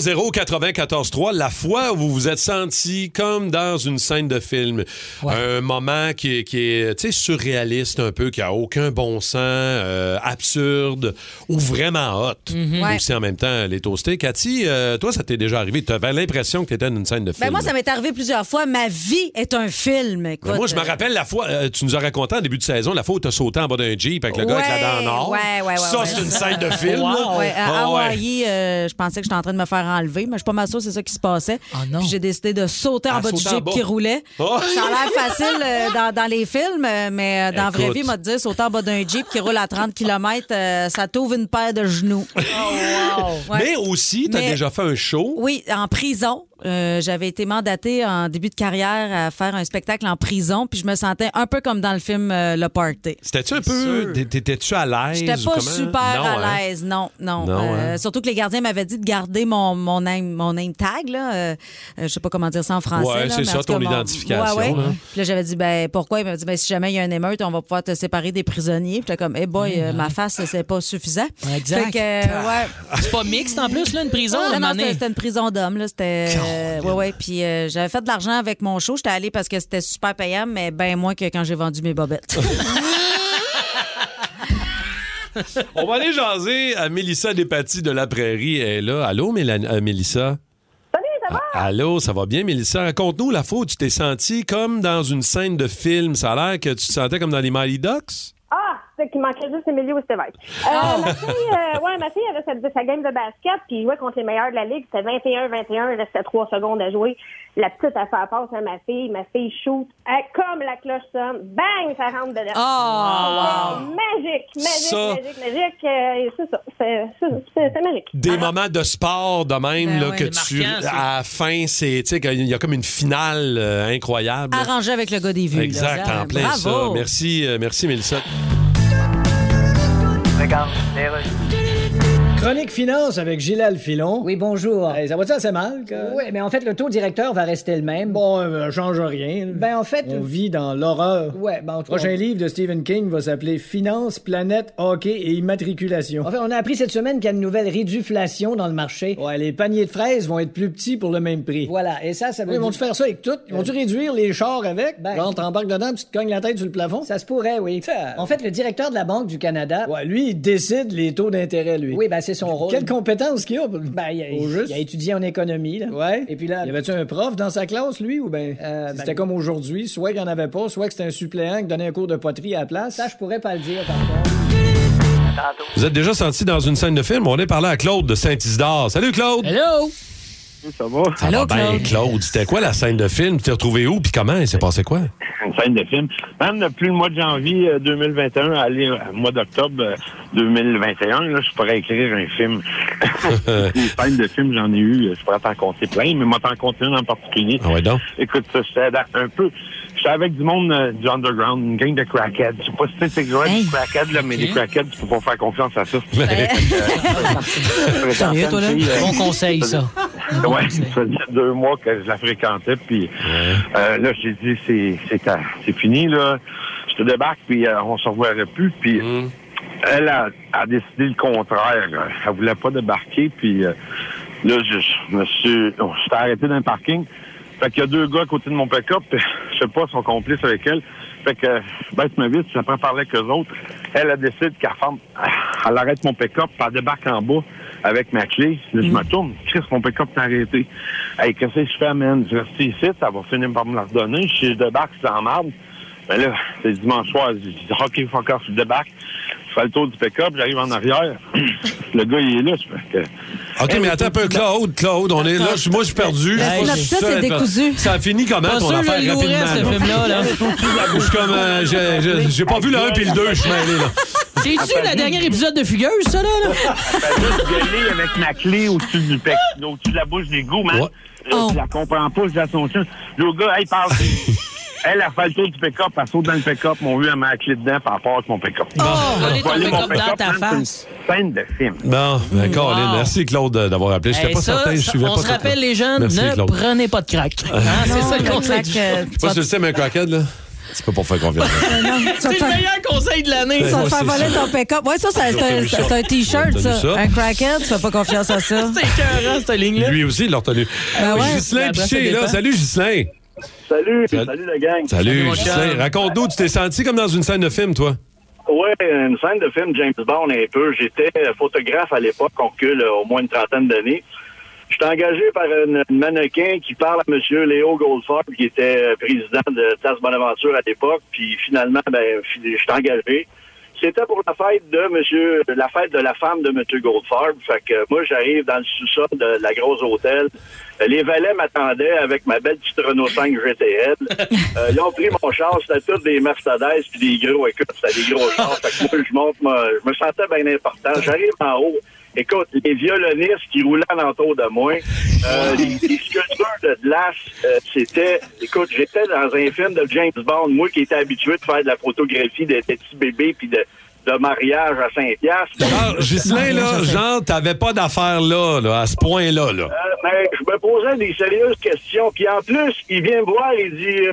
Speaker 3: 612-12-514-7900-943, la fois où vous vous êtes senti comme dans une scène de film. Un moment qui est, qui est, tu sais, surréaliste un peu, qui a aucun bon sens, euh, absurde ou vraiment hot.
Speaker 2: Mhm. Ouais.
Speaker 3: Aussi en même temps, les toastés. Cathy, euh, toi, ça t'est déjà arrivé. Tu avais l'impression que tu étais dans une scène de film.
Speaker 2: Ben moi, ça m'est arrivé plusieurs fois. Ma vie est un film.
Speaker 3: Mais
Speaker 2: Écoute,
Speaker 3: moi, je me rappelle la fois, euh, tu nous as raconté en début de saison, la fois où tu as sauté en bas d'un Jeep avec le gars avec
Speaker 2: Ouais,
Speaker 3: la dent en or.
Speaker 2: ouais, ouais, ouais,
Speaker 3: ça,
Speaker 2: ouais.
Speaker 3: c'est une scène de film.
Speaker 2: Wow.
Speaker 3: là.
Speaker 2: Ouais, à
Speaker 3: Ah, ouais.
Speaker 2: Hawaï, euh, je pensais que j'étais en train de me faire enlever, mais je suis pas mal sûre que c'est ça qui se passait. Puis j'ai décidé de sauter en
Speaker 3: Ah,
Speaker 2: bas du
Speaker 3: sauter en
Speaker 2: jeep
Speaker 3: bas. (laughs)
Speaker 2: qui roulait.
Speaker 3: Oh!
Speaker 2: Ça a l'air facile euh, dans, dans les films, euh, mais euh, dans la vraie
Speaker 3: Écoute.
Speaker 2: vie, m'a dit sauter en bas d'un jeep qui roule à 30 km, ça t'ouvre une paire de genoux. Ouais.
Speaker 3: Mais aussi, tu as
Speaker 2: Mais-
Speaker 3: déjà fait un show.
Speaker 2: Oui, en prison. Euh, J'avais été mandatée en début de carrière à faire un spectacle en prison, puis je me sentais un peu comme dans le film euh, Le Party.
Speaker 3: C'était-tu un peu. T'étais-tu à l'aise?
Speaker 2: J'étais
Speaker 3: ou
Speaker 2: pas
Speaker 3: comment?
Speaker 2: super
Speaker 3: Non, hein?
Speaker 2: à l'aise, non, non.
Speaker 3: Non,
Speaker 2: Euh,
Speaker 3: hein?
Speaker 2: Surtout que les gardiens m'avaient dit de garder mon, mon, name, mon name tag, là. Euh, euh, je sais pas comment dire ça en français.
Speaker 3: Ouais,
Speaker 2: là,
Speaker 3: c'est
Speaker 2: mais
Speaker 3: ça,
Speaker 2: en tout cas,
Speaker 3: ton
Speaker 2: mon-
Speaker 3: identification, hein?
Speaker 2: Ouais, ouais.
Speaker 3: là.
Speaker 2: Puis là, j'avais dit, ben pourquoi? Il m'a dit, ben si jamais il y a un émeute, on va pouvoir te séparer des prisonniers. Puis j'étais comme, eh boy,
Speaker 3: Mm-hmm.
Speaker 2: euh, ma face, c'est pas suffisant.
Speaker 5: Exact.
Speaker 2: Fait que,
Speaker 3: Ah!
Speaker 2: euh, ouais. Ah,
Speaker 5: C'est pas mixte en plus, là, une prison, à un
Speaker 2: Non, non,
Speaker 5: moment donné.
Speaker 2: c'était c'était une prison d'hommes. là. C'était. euh, ouais, ouais. Puis euh, j'avais fait de l'argent avec mon show. J'étais allée parce que c'était super payant, mais ben moins que quand j'ai vendu
Speaker 3: (laughs)
Speaker 2: mes bobettes.
Speaker 3: (laughs) On va aller jaser à Mélissa Despatie de la Prairie. Elle est là. Allô, Mélanie- euh, Mélissa? Salut, ça va? Allô, ça va bien, Mélissa? Raconte-nous la fois où tu t'es sentie comme dans une scène de film. Ça a l'air que tu te sentais comme dans les Mighty Ducks?
Speaker 9: Ah, ce qui manquait juste, c'est Emilio Estevez. Euh,
Speaker 2: Ah!
Speaker 9: ma, fille, euh, ouais, ma fille avait sa, sa game de basket, puis il jouait contre les meilleurs de la ligue. C'était 21-21, il restait 3 secondes à jouer. La petite, elle fait la passe à ma fille. Ma fille shoot. Elle- comme la cloche sonne, bang, ça rentre dedans.
Speaker 2: Ah!
Speaker 3: Oh,
Speaker 9: C'était Magique, magique,
Speaker 3: Ça-
Speaker 9: magique, magique. Euh, c'est ça, c'est- c'est- c'est c'est magique.
Speaker 2: Ah
Speaker 3: Des moments de sport de même
Speaker 9: Ben
Speaker 3: là,
Speaker 9: ouais,
Speaker 3: que
Speaker 9: c'est
Speaker 3: tu.
Speaker 9: marquant, ça.
Speaker 3: à la fin, c'est. Tu sais, qu'il y a comme une finale euh, incroyable. là.
Speaker 2: Arrangé avec le gars des vues. là.
Speaker 3: Exact, en plein
Speaker 2: Bravo.
Speaker 3: ça. Merci, euh, merci, Mélissa.
Speaker 8: Chronique finance avec Gilal Filon. Oui, bonjour. ça va-tu assez mal? Oui, mais en fait, le taux directeur va rester le même. Bon, euh, change rien. Ben, en fait. On vit dans l'horreur. Ouais, ben, en tout cas. Prochain livre de Stephen King va s'appeler Finance, planète, hockey et immatriculation. En fait, on a appris cette semaine qu'il y a une nouvelle réduflation dans le marché. Ouais, les paniers de fraises vont être plus petits pour le même prix. Voilà, et ça, ça
Speaker 22: veut
Speaker 8: Ils
Speaker 22: dire-
Speaker 8: vont-tu faire ça avec tout? Ils vont-tu réduire les chars avec? Ben. Genre, t'embarques dedans puis tu te cognes la tête sur le plafond? Ça se pourrait, oui. En fait, le directeur de la Banque du Canada. Ouais, lui, il décide les taux d'intérêt, lui. Oui, ben, c'est son rôle. Quelle compétence qu'il a? Ben, il a, il a étudié en économie, là. Ouais. Et puis là. Y avait-tu un prof dans sa classe, lui, ou ben. c'était comme aujourd'hui, soit qu'il n'y en avait pas, soit que c'était un suppléant qui donnait un cours de poterie à la place. Ça, je pourrais pas le dire, par contre.
Speaker 3: Vous êtes déjà senti dans une scène de film? On est parlé à Claude de Saint-Isidore. Salut, Claude!
Speaker 5: Hello!
Speaker 22: Ça va?
Speaker 3: Ça va bien, Claude. C'était quoi la scène de film? Tu t'es retrouvé où? Puis comment? Il s'est passé quoi?
Speaker 22: Une scène de film. Même depuis le mois de janvier euh, 2021, aller au mois d'octobre euh, 2021, là, je pourrais écrire un
Speaker 3: (laughs)
Speaker 22: film. Des scènes de film, j'en ai eu. euh, Je pourrais t'en compter plein, mais moi, t'en compter une en particulier.
Speaker 3: Ah ouais, donc?
Speaker 22: Écoute, ça, j'étais dans- un peu... J'étais avec du monde euh, du underground, une gang de crackheads. Je sais pas si tu sais c'est quoi des crackheads, là, mais les crackheads, tu peux pas faire confiance
Speaker 3: (laughs)
Speaker 22: à ça. Euh,
Speaker 5: Sérieux, toi, là?
Speaker 22: fréquentais une fille, euh,
Speaker 5: Bon
Speaker 3: (laughs)
Speaker 5: conseil, ça.
Speaker 22: Ouais, ça faisait deux mois que je la fréquentais, puis euh, là, j'ai dit, c'est, c'est, à- c'est fini, là. Je te débarque, puis euh, on se reverrait plus, puis elle a, a décidé le contraire. Elle voulait pas débarquer, puis euh, là, je, je me suis... on s'est arrêté dans le parking. Fait qu'il y a deux gars à côté de mon pick-up, puis je sais pas, ils sont complices avec elle. Fait que, euh, baisse ma vite, j'apprends à parler avec eux autres. Elle, elle décide qu'elle ferme, elle arrête mon pick-up, puis elle débarque en bas avec ma clé. Là, je me tourne, Chris, mon pick-up est arrêté. Hey, qu'est-ce que je fais, man? Je reste ici, ça va finir par me la redonner. Si je débarque, c'est en marde. Mais là, c'est dimanche soir, je dis, OK, fuck off, je débarque. Je fais le tour du pick-up, j'arrive en arrière. (clears throat) le gars, il est là, je fais que...
Speaker 5: Eh,
Speaker 3: OK, mais attends un peu, Claude, Claude, on est là. Je- Moi, je suis perdu.
Speaker 22: Le
Speaker 3: Je
Speaker 5: Ben,
Speaker 3: suis pas
Speaker 22: synopsis
Speaker 3: seul,
Speaker 22: est décousu.
Speaker 3: Ça a fini comment,
Speaker 22: Pas
Speaker 3: ton
Speaker 22: sûr,
Speaker 3: affaire,
Speaker 22: je le louerais,
Speaker 3: rapidement?
Speaker 22: ce film-là, là.
Speaker 3: Je suis comme... euh, j'ai- j'ai- J'ai pas vu le 1 puis le 2, je suis mêlé, là.
Speaker 5: C'est-tu le dernier épisode de Fugueuse, ça, là?
Speaker 3: (laughs)
Speaker 5: là?
Speaker 22: Elle juste gueulé avec ma clé au-dessus du pec, au-dessus de la bouche des goûts, man. Euh,
Speaker 5: Oh.
Speaker 22: Je la comprends pas, je la son chien. Le gars, hey,
Speaker 5: (laughs)
Speaker 22: parle. Elle a fait le tour du pick-up, elle saute dans le pick-up, mon vieux, elle met la clé dedans, puis elle part avec mon pick-up.
Speaker 5: Oh, voler ton
Speaker 22: Voler mon
Speaker 5: pick-up dans
Speaker 22: pick-up,
Speaker 5: ta
Speaker 22: man, c'est une
Speaker 5: face.
Speaker 22: Scène de film.
Speaker 3: Bon, ben, Colin,
Speaker 5: Wow.
Speaker 3: merci, Claude, euh, d'avoir appelé. J'étais
Speaker 5: Hey,
Speaker 3: pas
Speaker 5: ça,
Speaker 3: certain, je
Speaker 5: ça,
Speaker 3: suivais
Speaker 5: on
Speaker 3: pas
Speaker 5: se
Speaker 3: ton-
Speaker 5: rappelle, les jeunes,
Speaker 3: Merci,
Speaker 5: ne
Speaker 3: Claude. Ah.
Speaker 5: prenez pas de crack. Hein, Ah, c'est ça le conseil. du jour.
Speaker 3: Je sais pas si tu le sais, mais un crackhead, là.
Speaker 23: Tu peux pas faire confiance.
Speaker 5: (laughs) C'est le meilleur conseil de l'année.
Speaker 2: Ça te fait voler ton pick-up. Ouais, ça, c'est-
Speaker 23: Ils ont
Speaker 2: c'est
Speaker 23: tenu
Speaker 2: un-
Speaker 23: ça.
Speaker 2: c'est un
Speaker 23: Ils
Speaker 2: T-shirt,
Speaker 23: ont tenu
Speaker 2: ça.
Speaker 23: ça.
Speaker 2: Un crackhead, tu fais pas confiance à ça.
Speaker 5: C'est écœurant, cette ligne-là.
Speaker 3: Lui aussi, il l'a retenu.
Speaker 2: Ben ouais.
Speaker 3: Ghislain
Speaker 2: La brosse
Speaker 3: Piché,
Speaker 2: à
Speaker 3: là.
Speaker 2: dépend.
Speaker 3: Salut, Ghislain.
Speaker 4: Salut, salut la gang.
Speaker 3: Salut, Ghislain. Raconte-nous, tu t'es senti comme dans une scène de film, toi?
Speaker 4: Oui, une scène de film James Bond un peu. J'étais photographe à l'époque, on recule euh, au moins une trentaine d'années. J'étais engagé par une, une mannequin qui parle à M. Léo Goldfarb, qui était euh, président de Place Bonaventure à l'époque. Puis finalement, ben, fi- j'étais engagé. C'était pour la fête de Monsieur, la fête de la femme de M. Goldfarb. Fait que euh, moi, j'arrive dans le sous-sol de la grosse hôtel. Les valets m'attendaient avec ma belle petite Renault 5 GTL. Euh, ils ont pris mon char, c'était tous des Mercedes puis des gros, écoute, c'était des gros chars. Fait que moi, je monte, moi, je me sentais bien important. J'arrive en haut. Écoute, les violonistes qui roulaient alentour de moi, euh, les, les sculptures de glace, euh, c'était... Écoute, j'étais dans un film de James Bond, moi qui étais habitué de faire de la photographie des des petits bébés puis de, de mariage à Saint-Pierre.
Speaker 2: Ah,
Speaker 3: Alors, Ah, Ghislain, là, genre, t'avais pas d'affaires là, là, à ce point-là, là.
Speaker 4: Euh, ben, je me posais des sérieuses questions. Puis en plus, il vient me voir, il dit, euh,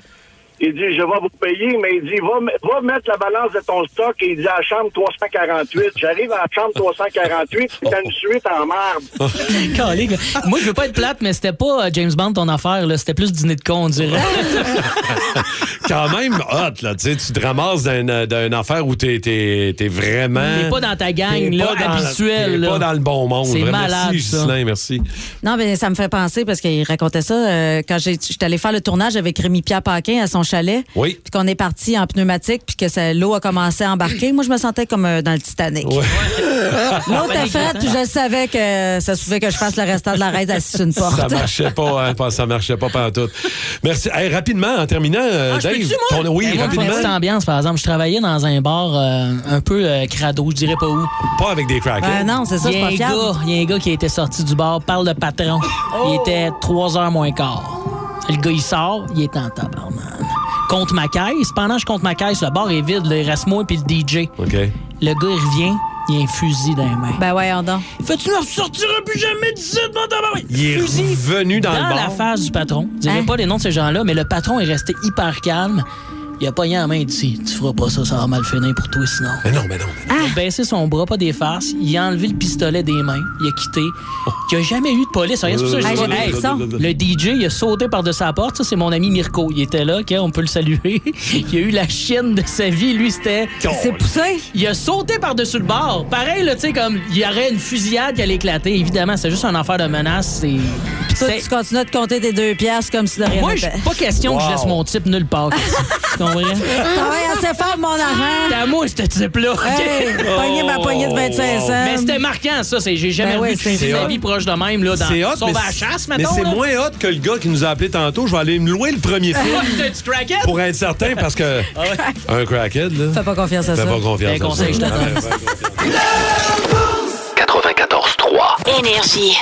Speaker 4: il dit, je vais vous payer, mais il dit, va, me- va mettre la balance de ton stock. Et il dit, à la chambre 348. J'arrive à la chambre 348, c'est une suite en marbre.
Speaker 5: Calique, là. Moi, je veux pas être plate, mais c'était pas euh, James Bond ton affaire. là. C'était plus dîner de con, on dirait.
Speaker 3: Quand même hot, là. Tu sais, tu te ramasses d'un- d'une affaire où t'es es, vraiment.
Speaker 2: T'es pas dans ta gang,
Speaker 3: Hein? t'es
Speaker 2: là,
Speaker 3: pas dans-
Speaker 2: habituelle,
Speaker 3: T'es
Speaker 2: là.
Speaker 3: pas dans le bon monde.
Speaker 2: C'est
Speaker 3: Vraiment.
Speaker 2: malade,
Speaker 3: Merci,
Speaker 2: ça.
Speaker 3: Ghislain, merci.
Speaker 2: Non, mais ça me fait penser parce qu'il racontait ça euh, quand j'ai- j'étais allé faire le tournage avec Rémi Pierre Paquin à son chalet.
Speaker 3: Oui.
Speaker 2: Puis qu'on est parti en pneumatique puis que ça- l'eau a commencé à embarquer. Moi, je me sentais comme euh, dans le Titanic. L'eau
Speaker 5: Ah, ben,
Speaker 2: était frette,
Speaker 5: hein.
Speaker 2: puis je savais que euh, ça se pouvait que je fasse le restant de la raide assis sur une porte.
Speaker 3: Ça marchait pas, hein, pas- ça marchait pas pantoute. Merci. Hey, rapidement, en terminant, euh,
Speaker 5: Ah, je
Speaker 3: Dave,
Speaker 5: peux-tu, moi?
Speaker 3: ton- oui,
Speaker 5: Ben, moi, je voulais une petite
Speaker 3: rapidement.
Speaker 5: ambiance, par exemple. Je travaillais dans un bar euh, un peu euh, crado, je dirais pas où.
Speaker 3: Pas avec des crackers.
Speaker 2: Ben non, c'est ça, c'est pas
Speaker 5: Il y a un
Speaker 2: fiable.
Speaker 5: gars- Il y a un gars qui était sorti du bar, parle de patron. Il
Speaker 2: Oh!
Speaker 5: était 3 heures moins quart. Le gars, il sort, il est en tabarnak. Compte ma caisse. Pendant que je compte ma caisse, le bar est vide, là, il reste moi puis le DJ.
Speaker 3: OK.
Speaker 5: Le gars, il revient, il a un fusil dans les mains.
Speaker 2: Ben ouais, on donc.
Speaker 5: Fais-tu ne ressortiras plus jamais d'ici, mon tabarnak!
Speaker 3: Il est
Speaker 5: Fusil
Speaker 3: revenu dans, le bar.
Speaker 5: la face du patron. Je
Speaker 2: Hein?
Speaker 5: dirais pas les noms de ces gens-là, mais le patron est resté hyper calme. Il a pogné la main et dit Tu feras pas ça, ça va Ah, mal finir pour toi sinon.
Speaker 3: Mais non, mais non.
Speaker 2: Ah!
Speaker 5: Il a baissé son bras, pas des faces. Il a enlevé le pistolet des mains. Il a quitté. Il n'y a jamais eu de police. Rien, c'est pour ça que je
Speaker 2: Hey,
Speaker 5: dis
Speaker 2: j'ai
Speaker 5: pas-
Speaker 2: des frissons.
Speaker 5: le DJ, il a sauté par-dessus la porte. Ça, c'est mon ami Mirko. Il était là, OK, on peut le saluer. (laughs) il a eu la chienne de sa vie. Lui, c'était.
Speaker 2: C'est poussé.
Speaker 5: Il a sauté par-dessus le bord. Pareil, là, tu sais, comme il y aurait une fusillade qui allait éclater. Évidemment, c'est juste un affaire de menace. C'est.
Speaker 2: Puis toi,
Speaker 5: c'est-
Speaker 2: tu continues de compter tes deux piastres comme si de rien
Speaker 5: Moi,
Speaker 2: n'était.
Speaker 5: j'ai pas question que je laisse mon type nulle
Speaker 2: (laughs)
Speaker 5: part. tu comprends?
Speaker 2: Je travaille assez fort pour mon argent.
Speaker 5: T'es à moi, ce type-là. (laughs) Oh.
Speaker 2: Hey, pogner ma poignée de 25 cents.
Speaker 5: Mais c'était marquant, ça. c'est- J'ai jamais
Speaker 2: Ben
Speaker 5: vu
Speaker 2: oui,
Speaker 5: de fusil
Speaker 3: c'est
Speaker 5: à
Speaker 3: hot.
Speaker 5: vie proche de même. Là, dans,
Speaker 3: C'est hot,
Speaker 5: Sauf
Speaker 3: mais
Speaker 5: à la
Speaker 3: c'est-
Speaker 5: chasse,
Speaker 3: mais
Speaker 5: mettons.
Speaker 3: c'est
Speaker 5: là. (laughs) Ah,
Speaker 3: moins hot que le gars qui nous a appelé tantôt. Je vais aller me louer le premier film
Speaker 5: Ouais, t'as du crackhead?
Speaker 3: pour être certain, parce
Speaker 5: (laughs)
Speaker 3: que
Speaker 5: Ah
Speaker 3: un crackhead, là.
Speaker 2: Fais pas confiance à
Speaker 3: Fais
Speaker 2: ça.
Speaker 3: pas confiance à
Speaker 2: conseil,
Speaker 3: ça.
Speaker 2: je te donne.
Speaker 1: 94.3. Énergie.